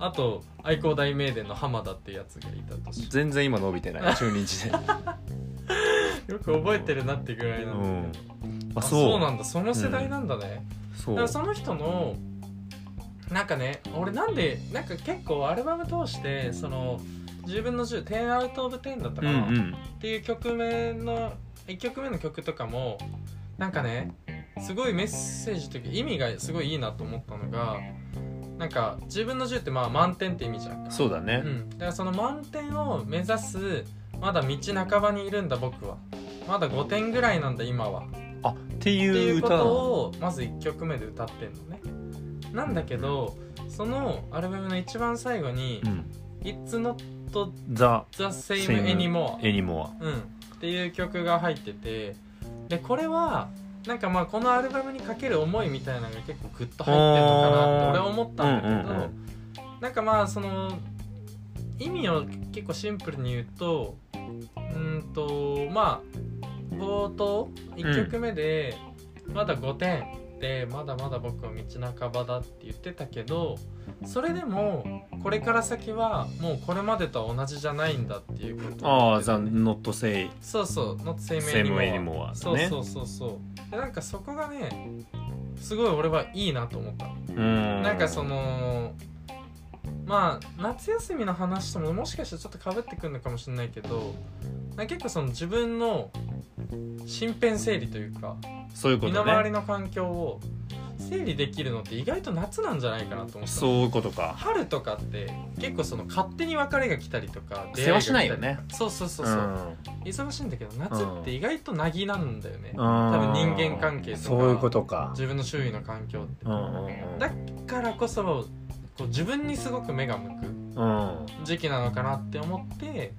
Speaker 1: あと愛工大名電の浜田ってやつがいた年
Speaker 2: 全然今伸びてない中日で
Speaker 1: よく覚えてるなってぐらいうなんだ
Speaker 2: ん
Speaker 1: あ
Speaker 2: あ
Speaker 1: そ
Speaker 2: そうう
Speaker 1: なんだその世代なんだね、だ
Speaker 2: そ
Speaker 1: から
Speaker 2: う
Speaker 1: その人のなんかね俺なんでなんか結構アルバム通してその10分の10 10アウトオブ10だったか
Speaker 2: うんう
Speaker 1: な、っ
Speaker 2: ん
Speaker 1: ていう曲名の1曲目の曲とかもなんかねすごいメッセージというか意味がすごいいいなと思ったのがなんか10分の10ってまあ満点って意味じゃんか
Speaker 2: そうだね
Speaker 1: うん、だからその満点を目指すまだ道半ばにいるんだ僕はまだ5点ぐらいなんだ今は
Speaker 2: あって
Speaker 1: って
Speaker 2: い
Speaker 1: いううこ
Speaker 2: 歌な
Speaker 1: と
Speaker 2: の
Speaker 1: をまず1曲目で歌ってんのねなんだけどそのアルバムの一番最後に
Speaker 2: うん
Speaker 1: 「It's not
Speaker 2: ザ・
Speaker 1: the same
Speaker 2: Same
Speaker 1: anymore
Speaker 2: エニモア」
Speaker 1: うん、っていう曲が入っててでこれはなんかまあこのアルバムにかける思いみたいなのが結構グッと入ってるのかなって俺は思ったんだけど、
Speaker 2: うんうんう
Speaker 1: なんかまあその意味を結構シンプルに言うとうーんとまあ冒頭1曲目で「まだ5点」で「まだまだ僕は道半ばだ」って言ってたけどそれでもこれから先はもうこれまでとは同じじゃないんだっていうこと
Speaker 2: ああ「ザ・ノット・セイ
Speaker 1: そうそう「Not」
Speaker 2: 「
Speaker 1: Same
Speaker 2: セ
Speaker 1: Anymore
Speaker 2: ム・エニモア」
Speaker 1: そう
Speaker 2: ね
Speaker 1: そうそうそうでなんかそこがねすごい俺はいいなと思ったな
Speaker 2: なん
Speaker 1: かそのまあ夏休みの話とももしかしたらちょっとかぶってくるのかもしれないけどなんか結構その自分の身辺整理というか
Speaker 2: そういうこ
Speaker 1: 身の
Speaker 2: と
Speaker 1: 回り
Speaker 2: ね
Speaker 1: の環境を整理できるのって意外と夏なんじゃないかなと思った
Speaker 2: そういうことか
Speaker 1: 春とかって結構その勝手に別れが来たりとか出会
Speaker 2: 世
Speaker 1: いが
Speaker 2: 話
Speaker 1: 来
Speaker 2: したない
Speaker 1: り
Speaker 2: よね
Speaker 1: そうそうそう
Speaker 2: う
Speaker 1: そう、
Speaker 2: ん
Speaker 1: 忙しいんだけど夏って意外となぎなんだよね、
Speaker 2: 多
Speaker 1: 分人間関係とか
Speaker 2: そういうことか
Speaker 1: 自分の周囲の環境って
Speaker 2: うんうんうん
Speaker 1: だからこそこう自分にすごく目が向く
Speaker 2: うん
Speaker 1: 時期なのかなって思って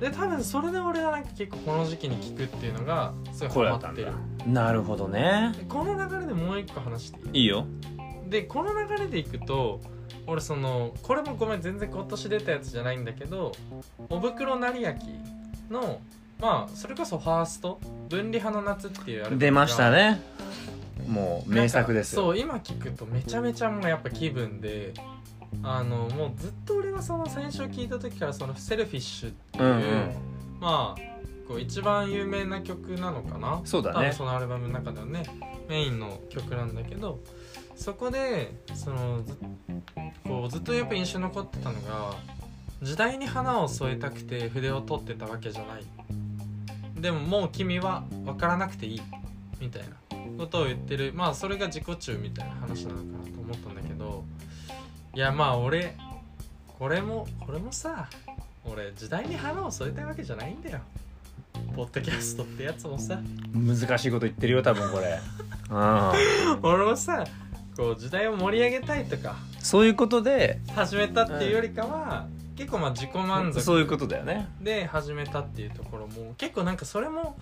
Speaker 1: で多分それで俺はなんか結構この時期に聞くっていうのがす
Speaker 2: こ
Speaker 1: ごい
Speaker 2: れ
Speaker 1: ハ
Speaker 2: だった
Speaker 1: マっ
Speaker 2: ん
Speaker 1: て
Speaker 2: だ
Speaker 1: る
Speaker 2: なるほどね
Speaker 1: でこの流れでもう一個話していい
Speaker 2: いいよ
Speaker 1: でこの流れでいくと俺そのこれもごめん全然今年出たやつじゃないんだけどおぶくろ成明のまあそれこそファースト「分離派の夏」っていうアルバムが
Speaker 2: 出ましたねもう名作です
Speaker 1: なん
Speaker 2: よ
Speaker 1: かそう今聞くとめちゃめちゃもうやっぱ気分であのもうずっと俺はその先週聞いた時からその「セルフィッシュ」っていう、
Speaker 2: うんうん
Speaker 1: まあこう一番有名な曲なのかな
Speaker 2: そうだ
Speaker 1: 多分
Speaker 2: ね
Speaker 1: そのアルバムの中ではねメインの曲なんだけどそこでそのずこうずっとやっぱ印象に残ってたのが時代に花を添えたくて筆を取ってたわけじゃないでももう君は分からなくていいみたいなことを言ってるまあそれが自己中みたいな話なのかなと思ったんだけどいやまあ俺これもこれもさ俺時代に花を添えたいわけじゃないんだよポッドキャストってやつもさ
Speaker 2: 難しいこと言ってるよ多分こ れうん
Speaker 1: 俺もさこう時代を盛り上げたいとか
Speaker 2: そういうことで
Speaker 1: 始めたっていうよりかは、結構まあ自己満
Speaker 2: そういう
Speaker 1: 足
Speaker 2: ことだよね
Speaker 1: で始めたっていうところも結構なんかそれも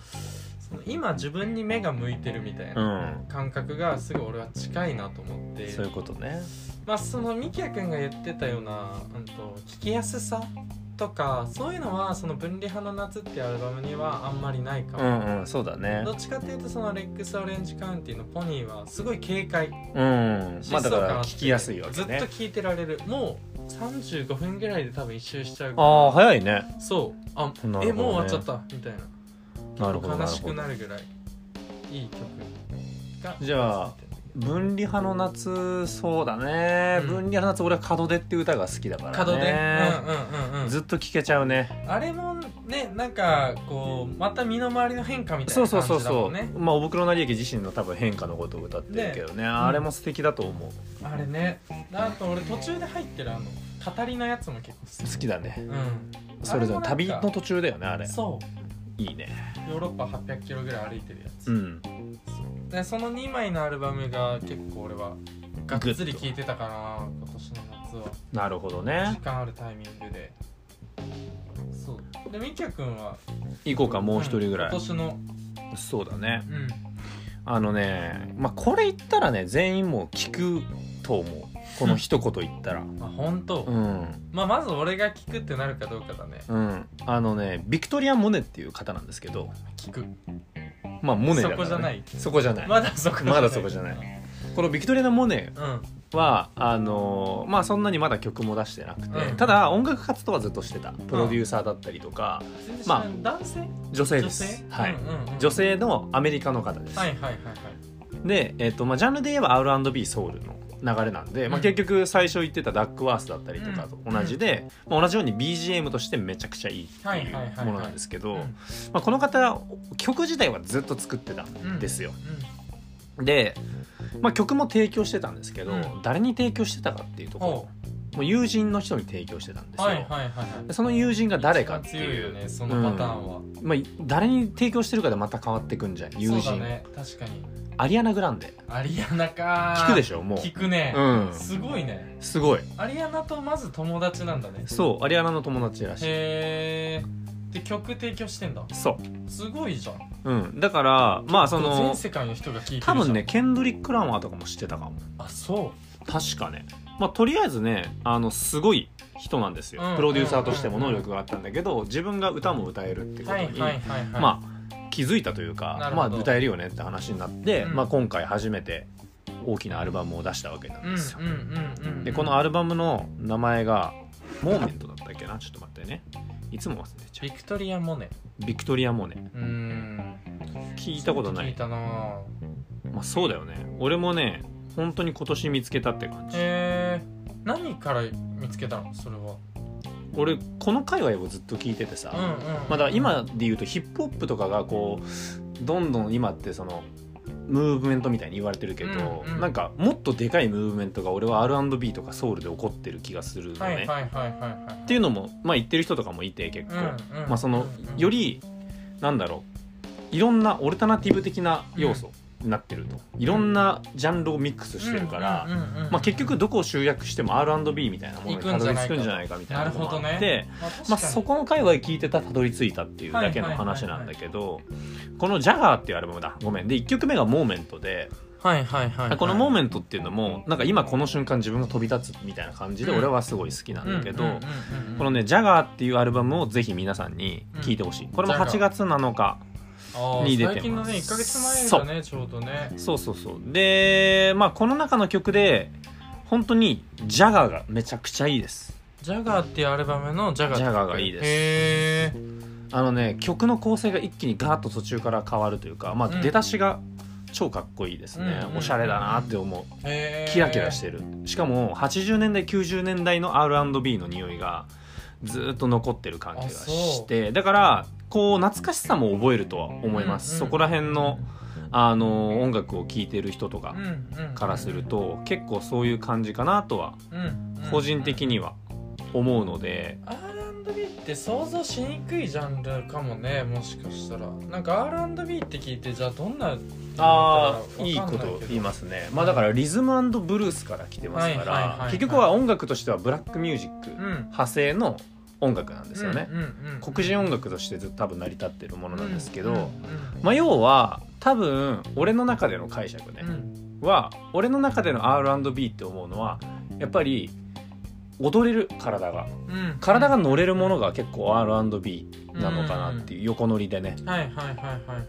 Speaker 1: その今自分に目が向いてるみたいうなん感覚がすごい俺は近いなと思って
Speaker 2: そういうことね
Speaker 1: まあそのみきやくんが言ってたような、うん、と聞きやすさとかそういうのはその「分離派の夏」っていうアルバムにはあんまりないか
Speaker 2: う
Speaker 1: も。
Speaker 2: んうんそうだね
Speaker 1: どっちかっていうとそのレックス・オレンジ・カウンティのポニーはすごい軽快
Speaker 2: うんまあだか
Speaker 1: 疾走感あ
Speaker 2: ら
Speaker 1: って
Speaker 2: 聞きやすいわけ
Speaker 1: ずっと
Speaker 2: ね
Speaker 1: 聞いてられるもう35分ぐらいで多分一周しちゃうから
Speaker 2: ああ早いね
Speaker 1: そうあ、
Speaker 2: なるほどね
Speaker 1: えもう終わっちゃったみたいな
Speaker 2: なるほどな
Speaker 1: 悲
Speaker 2: る
Speaker 1: し
Speaker 2: ほ
Speaker 1: く
Speaker 2: ど
Speaker 1: なるぐらいいい曲が
Speaker 2: じゃあ分離派の夏そうだね、
Speaker 1: うん
Speaker 2: 分離派の夏俺は門出っていう歌が好きだから ね
Speaker 1: 角で、うんうんうんうん
Speaker 2: ずっと聴けちゃうね
Speaker 1: あれもねなんかこうまた身の回りの変化みたい
Speaker 2: そう
Speaker 1: な
Speaker 2: そう
Speaker 1: 感
Speaker 2: そう
Speaker 1: じだ
Speaker 2: そ
Speaker 1: も
Speaker 2: う、
Speaker 1: んね
Speaker 2: まあお袋成幸自身の多分変化のことを歌ってるけどねあれも素敵だと思う、
Speaker 1: あれねなんか俺途中で入ってるあの語りのやつも結構好き
Speaker 2: 好きだね
Speaker 1: うん
Speaker 2: それぞれ
Speaker 1: あれ
Speaker 2: 旅
Speaker 1: もなんか
Speaker 2: の途中だよねあれ
Speaker 1: そう
Speaker 2: いいね
Speaker 1: ヨーロッパ8 0 0キロぐらい歩いてるやつ、
Speaker 2: うん
Speaker 1: そうでその2枚のアルバムが結構俺はがっつり聴いてたかな今年の夏は
Speaker 2: なるほど
Speaker 1: 時
Speaker 2: ね
Speaker 1: 間あるタイミングでそうでみきゃくんは
Speaker 2: 行こうかもう一人ぐらい
Speaker 1: ん今、年の
Speaker 2: そうだね
Speaker 1: うん
Speaker 2: あのねまあこれ言ったらね全員もう聞くと思うこの一言言ったら
Speaker 1: まあ本当、
Speaker 2: うん
Speaker 1: まあまず俺が聞くってなるかどうかだね
Speaker 2: うんあのねビクトリア・モネっていう方なんですけど
Speaker 1: 聞く
Speaker 2: まあモネだから、ね、
Speaker 1: そこじゃない
Speaker 2: そこじゃない、
Speaker 1: まだそこじゃない
Speaker 2: まだそこじゃないこのビクトリア・モネ
Speaker 1: うん
Speaker 2: はあのーまあそんなにまだ曲も出してなくて、
Speaker 1: うん
Speaker 2: ただ音楽活動はずっとしてたプロデューサーだったりとか、
Speaker 1: 全然知
Speaker 2: ま
Speaker 1: ら
Speaker 2: あ
Speaker 1: ん男性
Speaker 2: 女性で
Speaker 1: 女
Speaker 2: す
Speaker 1: 性
Speaker 2: はい、
Speaker 1: うんうんうん
Speaker 2: 女性のアメリカの方です、
Speaker 1: はいはいはいはい
Speaker 2: で、えっとまあ、ジャンルで言えば R&B ソウルの流れなんで、ま
Speaker 1: う
Speaker 2: あ、
Speaker 1: ん
Speaker 2: 結局最初言ってたダックワースだったりとかと同じで、まあ、同じように BGM としてめちゃくちゃいいって
Speaker 1: はい
Speaker 2: い
Speaker 1: はいはいは
Speaker 2: う
Speaker 1: い
Speaker 2: ものなんですけど
Speaker 1: うん
Speaker 2: まあこの方曲自体はずっと作ってたんですよ、で、まあ、曲も提供してたんですけど、
Speaker 1: うん
Speaker 2: 誰に提供してたかっていう
Speaker 1: う
Speaker 2: と
Speaker 1: ん
Speaker 2: ころ
Speaker 1: ほ
Speaker 2: もう友人の人に提供してたんで
Speaker 1: う
Speaker 2: すよ、
Speaker 1: はいはいはいはい
Speaker 2: でその友人が誰かって
Speaker 1: 一番強
Speaker 2: い
Speaker 1: よ
Speaker 2: う
Speaker 1: ねそのパターンは、
Speaker 2: まあ、誰に提供してるかでまた変わってくんじゃん友人
Speaker 1: そうだね確かに
Speaker 2: アリアナ・グランデ
Speaker 1: アリアナか
Speaker 2: 聞くで
Speaker 1: ょ
Speaker 2: しょもう
Speaker 1: 聞くね、
Speaker 2: うん
Speaker 1: すごいね
Speaker 2: すごい
Speaker 1: アリアナとまず友達なんだね
Speaker 2: そうアリアナの友達らしい
Speaker 1: へえで曲提供してんだ
Speaker 2: そ
Speaker 1: すごいじゃん
Speaker 2: う、うん、だからまあその
Speaker 1: 全世界の人が聞いてるじゃ
Speaker 2: 多
Speaker 1: ん
Speaker 2: 分ねケンドリック・ラマーとかも知ってたかも
Speaker 1: あそ
Speaker 2: 確かねまあとりあえずねあのすごい人なんですよ、
Speaker 1: うん
Speaker 2: プロデューサーとしても能力があったんだけど、自分が歌も歌えるって
Speaker 1: う
Speaker 2: こと
Speaker 1: はい
Speaker 2: に、
Speaker 1: はいはいはい
Speaker 2: まあ気づいたという
Speaker 1: な
Speaker 2: か
Speaker 1: るほ
Speaker 2: まあ
Speaker 1: ど
Speaker 2: 歌えるよねって話になって、
Speaker 1: うん
Speaker 2: まあ、今回初めて大きなアルバムを出したわけなん
Speaker 1: うんう
Speaker 2: ですよ、
Speaker 1: んうんうん
Speaker 2: でこのアルバムの名前が「モーメント」だったっけなちょっと待ってねいつも忘れちゃ
Speaker 1: ビクトリア・モネ
Speaker 2: うビクトリア・モネ
Speaker 1: うーん
Speaker 2: 聞いたことな
Speaker 1: 聞い
Speaker 2: い
Speaker 1: たなぁ
Speaker 2: まあそうだよね俺もね本当に今年見つけたって感じ
Speaker 1: へえ何から見つけたのそれは
Speaker 2: 俺この界隈をずっと聞いててさ、
Speaker 1: うんうん
Speaker 2: まあだから今で言うとヒップホップとかがこうどんどん今ってそのムーブメントみたいに言われてるけど、
Speaker 1: うんうん
Speaker 2: なんかもっとでかいムーブメントが俺は R&B とかソウルで起こってる気がするのね、
Speaker 1: はいはい
Speaker 2: っ
Speaker 1: はいはいはい
Speaker 2: ていうのもまあ言ってる人とかもいて結構、
Speaker 1: うんうん
Speaker 2: まあ、その
Speaker 1: うんうん
Speaker 2: よりなんだろういろんなオルタナティブ的な要素になってると、いろんなジャンルをミックスしてるから、
Speaker 1: うんうんうんうん
Speaker 2: まあ、結局どこを集約しても R&B みたいなものにたどり着くんじゃないかみたいなのもあって、
Speaker 1: なるほど
Speaker 2: まあ、そこの界隈聞いてたたどり着いたっていうだけの話なんだけど、この「ジャガー」っていうアルバムだごめんで1曲目が「モーメントで
Speaker 1: はいはいはいはい
Speaker 2: この「モーメ
Speaker 1: ン
Speaker 2: ント」っていうのもなんか今この瞬間自分が飛び立つみたいな感じで
Speaker 1: うん
Speaker 2: 俺はすごい好きなんだけど、この
Speaker 1: ね
Speaker 2: ね「ジャガー」っていうアルバムをぜひ皆さんに聴いてほしい、これも
Speaker 1: ジャガー
Speaker 2: 8月7日に出てます
Speaker 1: 最近のね1ヶ月前だねちょうどね
Speaker 2: そうそうそうでまあこの中の曲で本当に「ジャガー」がめちゃくちゃいいです
Speaker 1: ジャガーっていうアルバムのジャガー
Speaker 2: ジャガーがいいで
Speaker 1: へ
Speaker 2: す
Speaker 1: え
Speaker 2: あのね曲の構成が一気にガーッと途中から変わるというか、まあ、
Speaker 1: うん
Speaker 2: 出だしが超かっこいいですね、
Speaker 1: うん
Speaker 2: おしゃれだなって思う
Speaker 1: へえ
Speaker 2: キラキラしてるしかも80年代90年代の R&B の匂いがずーっと残ってる感じがしてだからこう懐かしさも覚えるとは思いま
Speaker 1: うん
Speaker 2: す、
Speaker 1: うん
Speaker 2: そこら辺のあの音楽を聴いてる人とかからすると結構そういう感じかなとは個人的
Speaker 1: に
Speaker 2: には思うので
Speaker 1: R&B って想像しにくいジャンルかもねもしかしたらなんか R&B って聞いてじゃあどんな
Speaker 2: あ
Speaker 1: わかん
Speaker 2: あ
Speaker 1: ないけ
Speaker 2: いい
Speaker 1: ど
Speaker 2: こと言いますねまあだからリズムブルースから来てますか
Speaker 1: はいはいはいは
Speaker 2: ら
Speaker 1: い
Speaker 2: 結局は音楽としてはブラックミュージック
Speaker 1: うん
Speaker 2: 派生の音楽なんですよね
Speaker 1: うんうんうん
Speaker 2: 黒人音楽としてずっと多分成り立ってるものなんですけ
Speaker 1: うんうん
Speaker 2: ど
Speaker 1: うん
Speaker 2: まあ要は多分俺の中での解釈ね
Speaker 1: うん
Speaker 2: は俺の中での R&B って思うのはやっぱり踊れる体が
Speaker 1: うん
Speaker 2: 体が乗れるものが結構 R&B なのかなっていう横乗りでね
Speaker 1: はいはいはいはいはいはい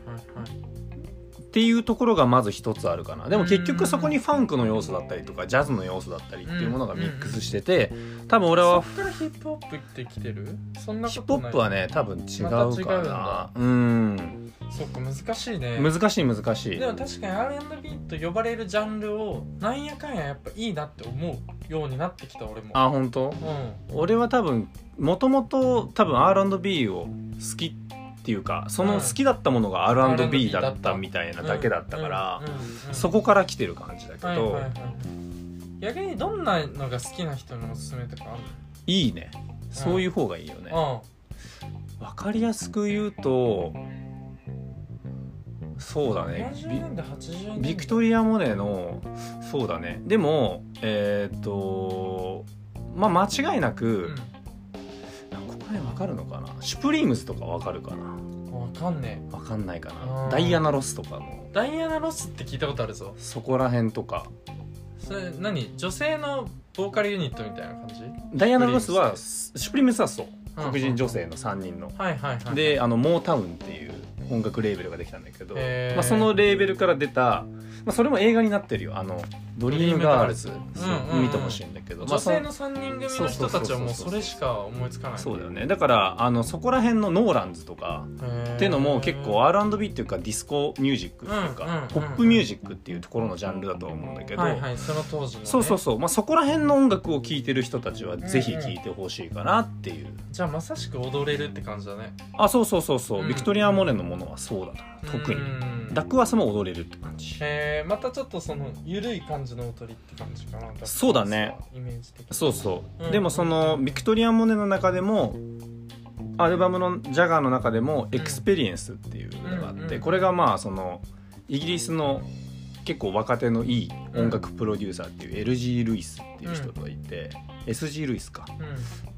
Speaker 2: っていうところがまず一つあるかなでも結局そこにファンクの要素だったりとかジャズの要素だったりっていうものがミックスしてて多分俺
Speaker 1: そ
Speaker 2: は
Speaker 1: っからヒップホップってきてるそんな
Speaker 2: ヒッ
Speaker 1: こ
Speaker 2: プ
Speaker 1: とな
Speaker 2: ホッ
Speaker 1: い
Speaker 2: プはね多分違
Speaker 1: ま
Speaker 2: う
Speaker 1: た違うん
Speaker 2: か
Speaker 1: だ
Speaker 2: なうん
Speaker 1: そっか難しいね
Speaker 2: 難しい難しい
Speaker 1: でも確かに R&B と呼ばれるジャンルをなんやかんややっぱいいなって思うようになってきた俺も
Speaker 2: あ本当
Speaker 1: う
Speaker 2: 俺は多分もともと多分 R&B を好きっていうかその好きだったものが R&B だったみたいなんだけだったか
Speaker 1: う
Speaker 2: ら
Speaker 1: んうんうんうん
Speaker 2: そこから来てる感じだけ
Speaker 1: はいはい
Speaker 2: ど
Speaker 1: はい逆にどんなのが好きな人のおすすめとか
Speaker 2: いいねそういう方がいいよ
Speaker 1: あ
Speaker 2: ね
Speaker 1: るの
Speaker 2: わかりやすく言うとそうだ
Speaker 1: うん
Speaker 2: ね
Speaker 1: 70
Speaker 2: ビ
Speaker 1: 年代80年代
Speaker 2: ビクトリア・モネのそうだねでもえーっとまあ間違いな
Speaker 1: う
Speaker 2: く、
Speaker 1: ん
Speaker 2: ここら辺わかるのかなシュプリームスとかわかるかな
Speaker 1: わかんねえ
Speaker 2: わかんないか
Speaker 1: う
Speaker 2: なんダイアナ・ロスとかも
Speaker 1: ダイアナ・ロスって聞いたことあるぞ
Speaker 2: そこら辺とか
Speaker 1: それ何女性のボーカルユニットみたいな感じ
Speaker 2: ダイアナ・ロスはシュプリームスはそう黒人女性の3人の
Speaker 1: はいはいはい
Speaker 2: であのモータウンっていう音楽レーベルができたんだけど、
Speaker 1: へー
Speaker 2: まあ、そのレーベルから出た、まあ、それも映画になってるよあのドリームガールズ
Speaker 1: ドリームガールズ
Speaker 2: そう見てほしいんだけど、ま
Speaker 1: 女
Speaker 2: あそ
Speaker 1: 性の3人組の人たちはもう
Speaker 2: そうそうそうそう
Speaker 1: それしか思いつかない
Speaker 2: そうだよねだからあのそこら辺のノーランズとか
Speaker 1: っ
Speaker 2: っていうのも結構 R&B っていうかディスコミュージックってい
Speaker 1: う
Speaker 2: う
Speaker 1: んうんうん
Speaker 2: かポップミュージックっていうところのジャンルだと思うんだけど、
Speaker 1: はいはいその当時の、ね、
Speaker 2: そうそうそう、まあ、そこら辺の音楽を聴いてる人たちはぜひ聴いてほしいかなっていう、
Speaker 1: じゃあまさしく踊れるって感じだね
Speaker 2: あそうそうそうそう、
Speaker 1: うん
Speaker 2: ビクトリア・モネのものはそうだな特に、
Speaker 1: うん
Speaker 2: ダックワースも踊れるって感じ
Speaker 1: えー、またちょっとその緩い感じの踊りって感じかなダック
Speaker 2: そうだね
Speaker 1: イメージ的に
Speaker 2: そうそう、
Speaker 1: うん
Speaker 2: でもそのビクトリア・モネの中でもアルバムの「ジャガー」の中でも「エクスペリエンス」っていうのがあっ
Speaker 1: うんう
Speaker 2: て、
Speaker 1: ん
Speaker 2: これがまあそのイギリスの結構若手のいい音楽プロデューサーっていう LG ・ルイスっていう人がいて、SG ・ルイスか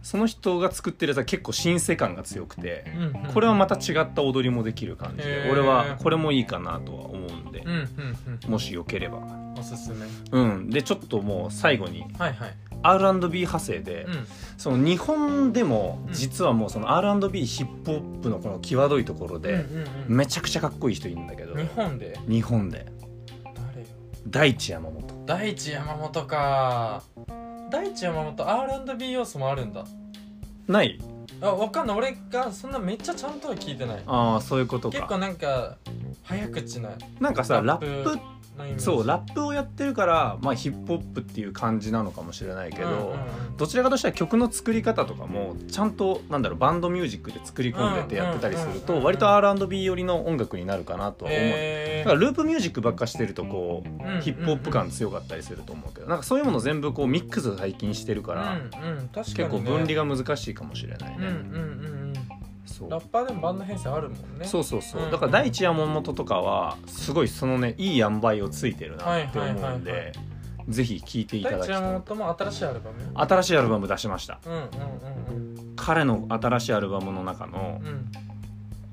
Speaker 2: その人が作ってるやつは結構新世感が強くて、
Speaker 1: うん、うんうん、
Speaker 2: これはまた違った踊りもできる感じで、
Speaker 1: へー
Speaker 2: 俺はこれもいいかなとは思うんで
Speaker 1: う、んうん
Speaker 2: もしよければ
Speaker 1: うんおすすめ
Speaker 2: うんでちょっともう最後に
Speaker 1: はいはい、
Speaker 2: R&B 派生で、
Speaker 1: うん、
Speaker 2: その日本でも
Speaker 1: うん
Speaker 2: 実はもうその R&B ヒップホップのこの際どいところで、
Speaker 1: うんうんうん
Speaker 2: めちゃくちゃかっこいい人いるんだけど
Speaker 1: 日本で
Speaker 2: 日本で
Speaker 1: 誰よ
Speaker 2: 大地山本
Speaker 1: 大地山本か大地山本 R&B 要素もあるんだ
Speaker 2: ない
Speaker 1: あわかんない俺がそんなめっちゃちゃんとは聞いてない
Speaker 2: ああそういうこと
Speaker 1: 結構
Speaker 2: か
Speaker 1: なんか早口な
Speaker 2: なんかさラ
Speaker 1: ラッ
Speaker 2: ッ
Speaker 1: プ
Speaker 2: プ
Speaker 1: のイメージ
Speaker 2: そうラップをやってるから、まあ、ヒップホップっていう感じなのかもしれないけど、
Speaker 1: うんうん
Speaker 2: どちらかとしては曲の作り方とかもちゃんとなんだろうバンドミュージックで作り込んでてやってたりする
Speaker 1: うんうんうんう
Speaker 2: と
Speaker 1: ん
Speaker 2: 割と R&B 寄りの音楽になるかなとは思う、
Speaker 1: へ
Speaker 2: だ
Speaker 1: ー
Speaker 2: からループミュージックばっかしてるとこう
Speaker 1: うんうんうん
Speaker 2: ヒップホップ感強かったりすると思うけどなんかそういうもの全部こうミックス最近してるから、
Speaker 1: うんうん、確か
Speaker 2: 結
Speaker 1: にね、
Speaker 2: 構分離が難しいかもしれない
Speaker 1: うん
Speaker 2: ね、
Speaker 1: うんうんうん
Speaker 2: そう
Speaker 1: ラッパーでもバンド編成あるもんね
Speaker 2: そううそうそう
Speaker 1: うん
Speaker 2: だから第一山本とかはすごいそのねいい塩梅をついてるなって思うん
Speaker 1: はいはいはい
Speaker 2: でぜひ聴いていた
Speaker 1: 大
Speaker 2: だき
Speaker 1: 地
Speaker 2: た
Speaker 1: 山
Speaker 2: い
Speaker 1: 本も新しいアルバム
Speaker 2: 新しいアルバム出しました
Speaker 1: うんうん
Speaker 2: 彼の新しいアルバムの中の
Speaker 1: うんうんうん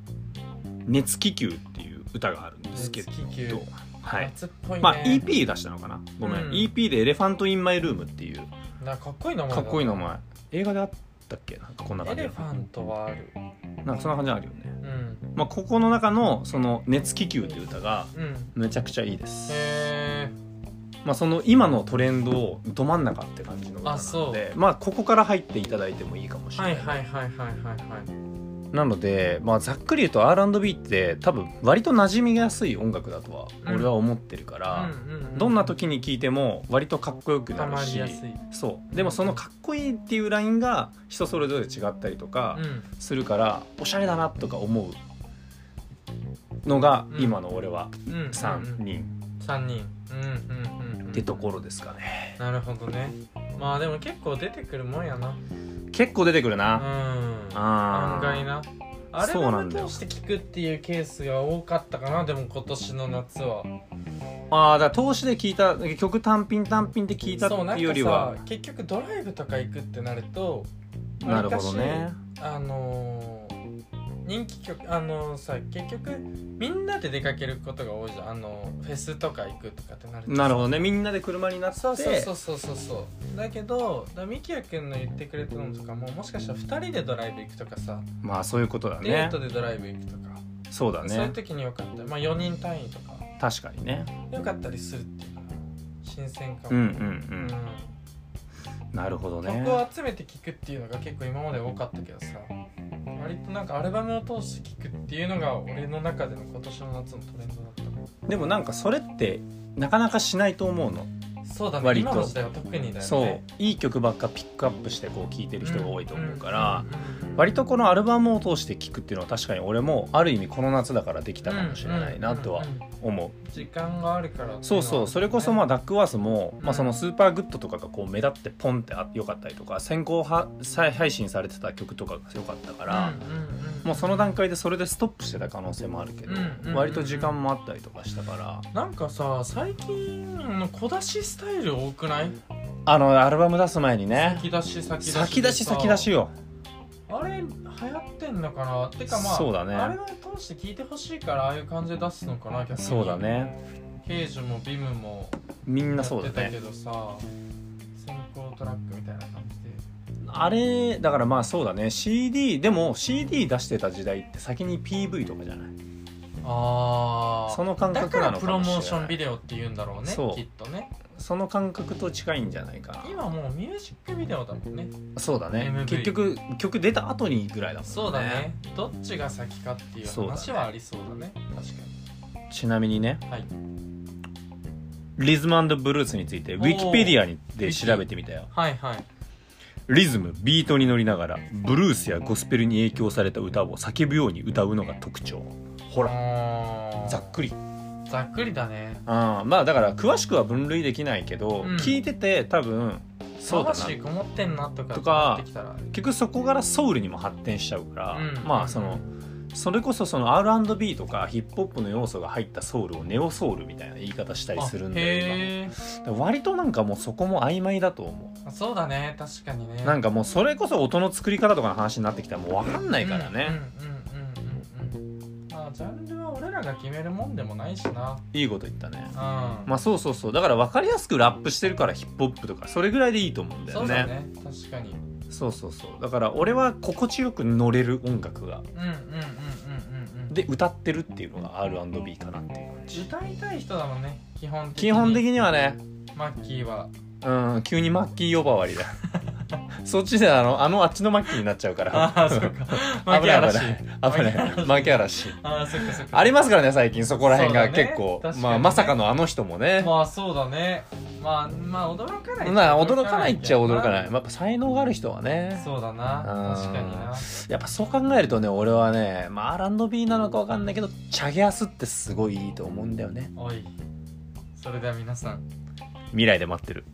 Speaker 2: 「熱気球」っていう歌があるんですけど
Speaker 1: 熱気球
Speaker 2: はい
Speaker 1: 夏っぽいね
Speaker 2: まあ EP 出したのかなごめん、
Speaker 1: うん
Speaker 2: EP で「エレファント・イン・マイ・ルーム」っていう
Speaker 1: なんかかっこいい名前
Speaker 2: かっこいい
Speaker 1: い
Speaker 2: 名前映画であったっけなんかこんな
Speaker 1: エ
Speaker 2: 感じ
Speaker 1: レファントはある
Speaker 2: なんかそんな感じあるよね、
Speaker 1: うん
Speaker 2: まあ、ここの中のその「熱気球」っていう歌が
Speaker 1: うん
Speaker 2: めちゃくちゃいいです、
Speaker 1: へ
Speaker 2: まあ、その今のトレンドをど真ん中って感じの歌な
Speaker 1: あそ
Speaker 2: の
Speaker 1: う
Speaker 2: でまあここから入っていただいてもいいかもし
Speaker 1: ー
Speaker 2: れ
Speaker 1: は
Speaker 2: ないい、
Speaker 1: はいはいはいはいはい
Speaker 2: なので、まあ、ざっくり言うと R&B って多分割と馴染みやすい音楽だとは
Speaker 1: うん
Speaker 2: 俺は思ってるから、どんな時に聴いても割とかっこよくな
Speaker 1: た
Speaker 2: る
Speaker 1: まり
Speaker 2: し
Speaker 1: やすい
Speaker 2: そうでもそのかっこいいっていうラインが人それぞれ違ったりとか
Speaker 1: うん
Speaker 2: するから、おしゃれだなとか思うのが
Speaker 1: うん
Speaker 2: 今の俺は
Speaker 1: うん
Speaker 2: 3人
Speaker 1: 三人うんうんうんうん
Speaker 2: ってところですかね、
Speaker 1: なるほどねまあでも結構出てくるもんやな
Speaker 2: 結構出てくる
Speaker 1: う
Speaker 2: な、
Speaker 1: ん
Speaker 2: あ
Speaker 1: 案外
Speaker 2: ー
Speaker 1: なあれ
Speaker 2: そうなん
Speaker 1: を
Speaker 2: だよ
Speaker 1: 通して聞くっていうケースが多かったかなでも今年の夏は
Speaker 2: あーだから投資で聴いた曲単品単品で聴いたって
Speaker 1: そうなん
Speaker 2: いうよ
Speaker 1: か
Speaker 2: りは
Speaker 1: さ結局ドライブとか行くってなると
Speaker 2: なるほどね
Speaker 1: あのー人気曲あのーさ結局みんなで出かけることが多いじゃんあのーフェスとか行くとかってなると
Speaker 2: なるほどねみんなで車になって
Speaker 1: そうそうそうそうそうそうだけどだみきやくんの言ってくれたのとかももしかしたら2人でドライブ行くとかさ、
Speaker 2: まあそういうことだ
Speaker 1: デー
Speaker 2: ね
Speaker 1: トでドライブ行くとか、
Speaker 2: そうだ
Speaker 1: そういう
Speaker 2: ね
Speaker 1: 時によかったまあ4人単位とか
Speaker 2: 確かにね
Speaker 1: 良かったりするっていうか新鮮感
Speaker 2: うんうん
Speaker 1: う
Speaker 2: うんんなるほどね
Speaker 1: 曲を集めて聴くっていうのが結構今まで多かったけどさ割となんかアルバムを通して聴くっていうのが俺の中での今年の夏のトレンドだった
Speaker 2: でもなんかそれってなかなかしないと思うの、
Speaker 1: そうだね
Speaker 2: 割と
Speaker 1: 今の時代は特にだよね
Speaker 2: そういい曲ばっかピックアップしてこう聴いてる人が多いと思うから、
Speaker 1: うんうん
Speaker 2: 割とこのアルバムを通して聴くっていうのは確かに俺もある意味この夏だからできたかもしれないなとは
Speaker 1: うんうんうん
Speaker 2: 思う
Speaker 1: 時間があるからっていのはあるよね
Speaker 2: そうそうそれこそまあダックワースも、
Speaker 1: うん
Speaker 2: まあ、そのスーパーグッドとかがこう目立ってポンってあ良かったりとか先行は再配信されてた曲とかが良かったから、
Speaker 1: うんうんうん
Speaker 2: もうその段階でそれでストップしてた可能性もあるけど、
Speaker 1: うんうんうん
Speaker 2: 割と時間もあったりとかしたから
Speaker 1: なんかさ最近あの小出しスタイル多くない
Speaker 2: あのアルバム出す前にね
Speaker 1: 先出し先出しでさ
Speaker 2: 先出し先出しよ
Speaker 1: あれ流行ってんのかなてかまあ
Speaker 2: そうだね
Speaker 1: あれを通して聞いてほしいからああいう感じで出すのかな逆に
Speaker 2: そうだね
Speaker 1: 刑事もビムも
Speaker 2: みん
Speaker 1: や
Speaker 2: な
Speaker 1: っ
Speaker 2: そう
Speaker 1: て
Speaker 2: だ
Speaker 1: た
Speaker 2: ね
Speaker 1: けどさ先行トラックみたいな感
Speaker 2: あれだからまあそうだね CD でも CD 出してた時代って先に PV とかじゃな
Speaker 1: じ
Speaker 2: い
Speaker 1: でああ
Speaker 2: その感
Speaker 1: だ
Speaker 2: 覚
Speaker 1: か
Speaker 2: な
Speaker 1: ら
Speaker 2: の
Speaker 1: プ
Speaker 2: か
Speaker 1: ロ
Speaker 2: もしれ
Speaker 1: モー
Speaker 2: ない
Speaker 1: ションビデオって言うんだろうね
Speaker 2: そう
Speaker 1: きっとね
Speaker 2: その感覚と近いんじゃないかな
Speaker 1: 今もうミュージックビデオだもんね
Speaker 2: そうだね
Speaker 1: MV
Speaker 2: 結局曲出た後にぐらいだもんね
Speaker 1: そうだねどっちが先かっていう話はありそうだね確か
Speaker 2: ちなみにね
Speaker 1: にはい
Speaker 2: リズムブルースについてウ
Speaker 1: お
Speaker 2: ィ
Speaker 1: ー
Speaker 2: キペディアにで調べてみたよ
Speaker 1: はいはい
Speaker 2: リズムビートに乗りながらブルースやゴスペルに影響された歌を叫ぶように歌うのが特徴ほら
Speaker 1: ら
Speaker 2: ざっくり
Speaker 1: ざっくりだね
Speaker 2: あーまあだから詳しくは分類できないけど、
Speaker 1: うん
Speaker 2: 聞いてて多分そうだな
Speaker 1: 魂
Speaker 2: 結
Speaker 1: こもってんなとか
Speaker 2: とか
Speaker 1: ってきたら
Speaker 2: 局そこからソウルにも発展しちゃうから、
Speaker 1: うん
Speaker 2: まあそのそれこそその R&B とかヒップホップの要素が入ったソウルをネオソウルみたいな言い方したりするんだ
Speaker 1: あ
Speaker 2: よ今
Speaker 1: へー
Speaker 2: だから割となんかもうそこも曖昧だと思
Speaker 1: あそうだね確かにね
Speaker 2: うなん
Speaker 1: か
Speaker 2: かもうそれこそ音の作り方とかの話になってきたらもう分かんないからね、
Speaker 1: うんうんうんうんうんまあジャンルは俺らが決めるもんでもないしなうん
Speaker 2: いいこと言ったね
Speaker 1: ま
Speaker 2: まあそうそうそうだから分かりやすくラップしてるからヒップホップとかそれぐらいでいいと思うんだよ
Speaker 1: そう
Speaker 2: ね
Speaker 1: だね確かにうん
Speaker 2: そうそうそうだから俺は心地よく乗れる音楽が
Speaker 1: うんうんうんうんうん
Speaker 2: で歌ってるっていうのが R&B かなっていう感じ
Speaker 1: 歌いたい人だもんね基本的に
Speaker 2: 基本的にはね
Speaker 1: マッキーは
Speaker 2: うん急にマッキー呼ばわり だそっちであのあのあっちのマッキーになっちゃうから
Speaker 1: ああそっかマッキ ー
Speaker 2: 危ない
Speaker 1: 嵐
Speaker 2: 危ない危ないマッキー嵐
Speaker 1: ああそっかそっか
Speaker 2: ありますからね最近そこら辺が
Speaker 1: そうだね
Speaker 2: 結構、
Speaker 1: 確かにね
Speaker 2: まあ、まさかのあの人もね、
Speaker 1: まあそうだねまあまあ驚かない
Speaker 2: まあ、驚かないっちゃ驚かない、
Speaker 1: け
Speaker 2: まあやっぱ才能がある人は
Speaker 1: ど
Speaker 2: ね
Speaker 1: そうだな
Speaker 2: うん
Speaker 1: 確かにな
Speaker 2: やっぱそう考えるとね俺はね、まあ、R&B なのか分かんないけどチャゲアスってすごいいいと思うんだよね
Speaker 1: おいそれでは皆さん
Speaker 2: 未来で待ってる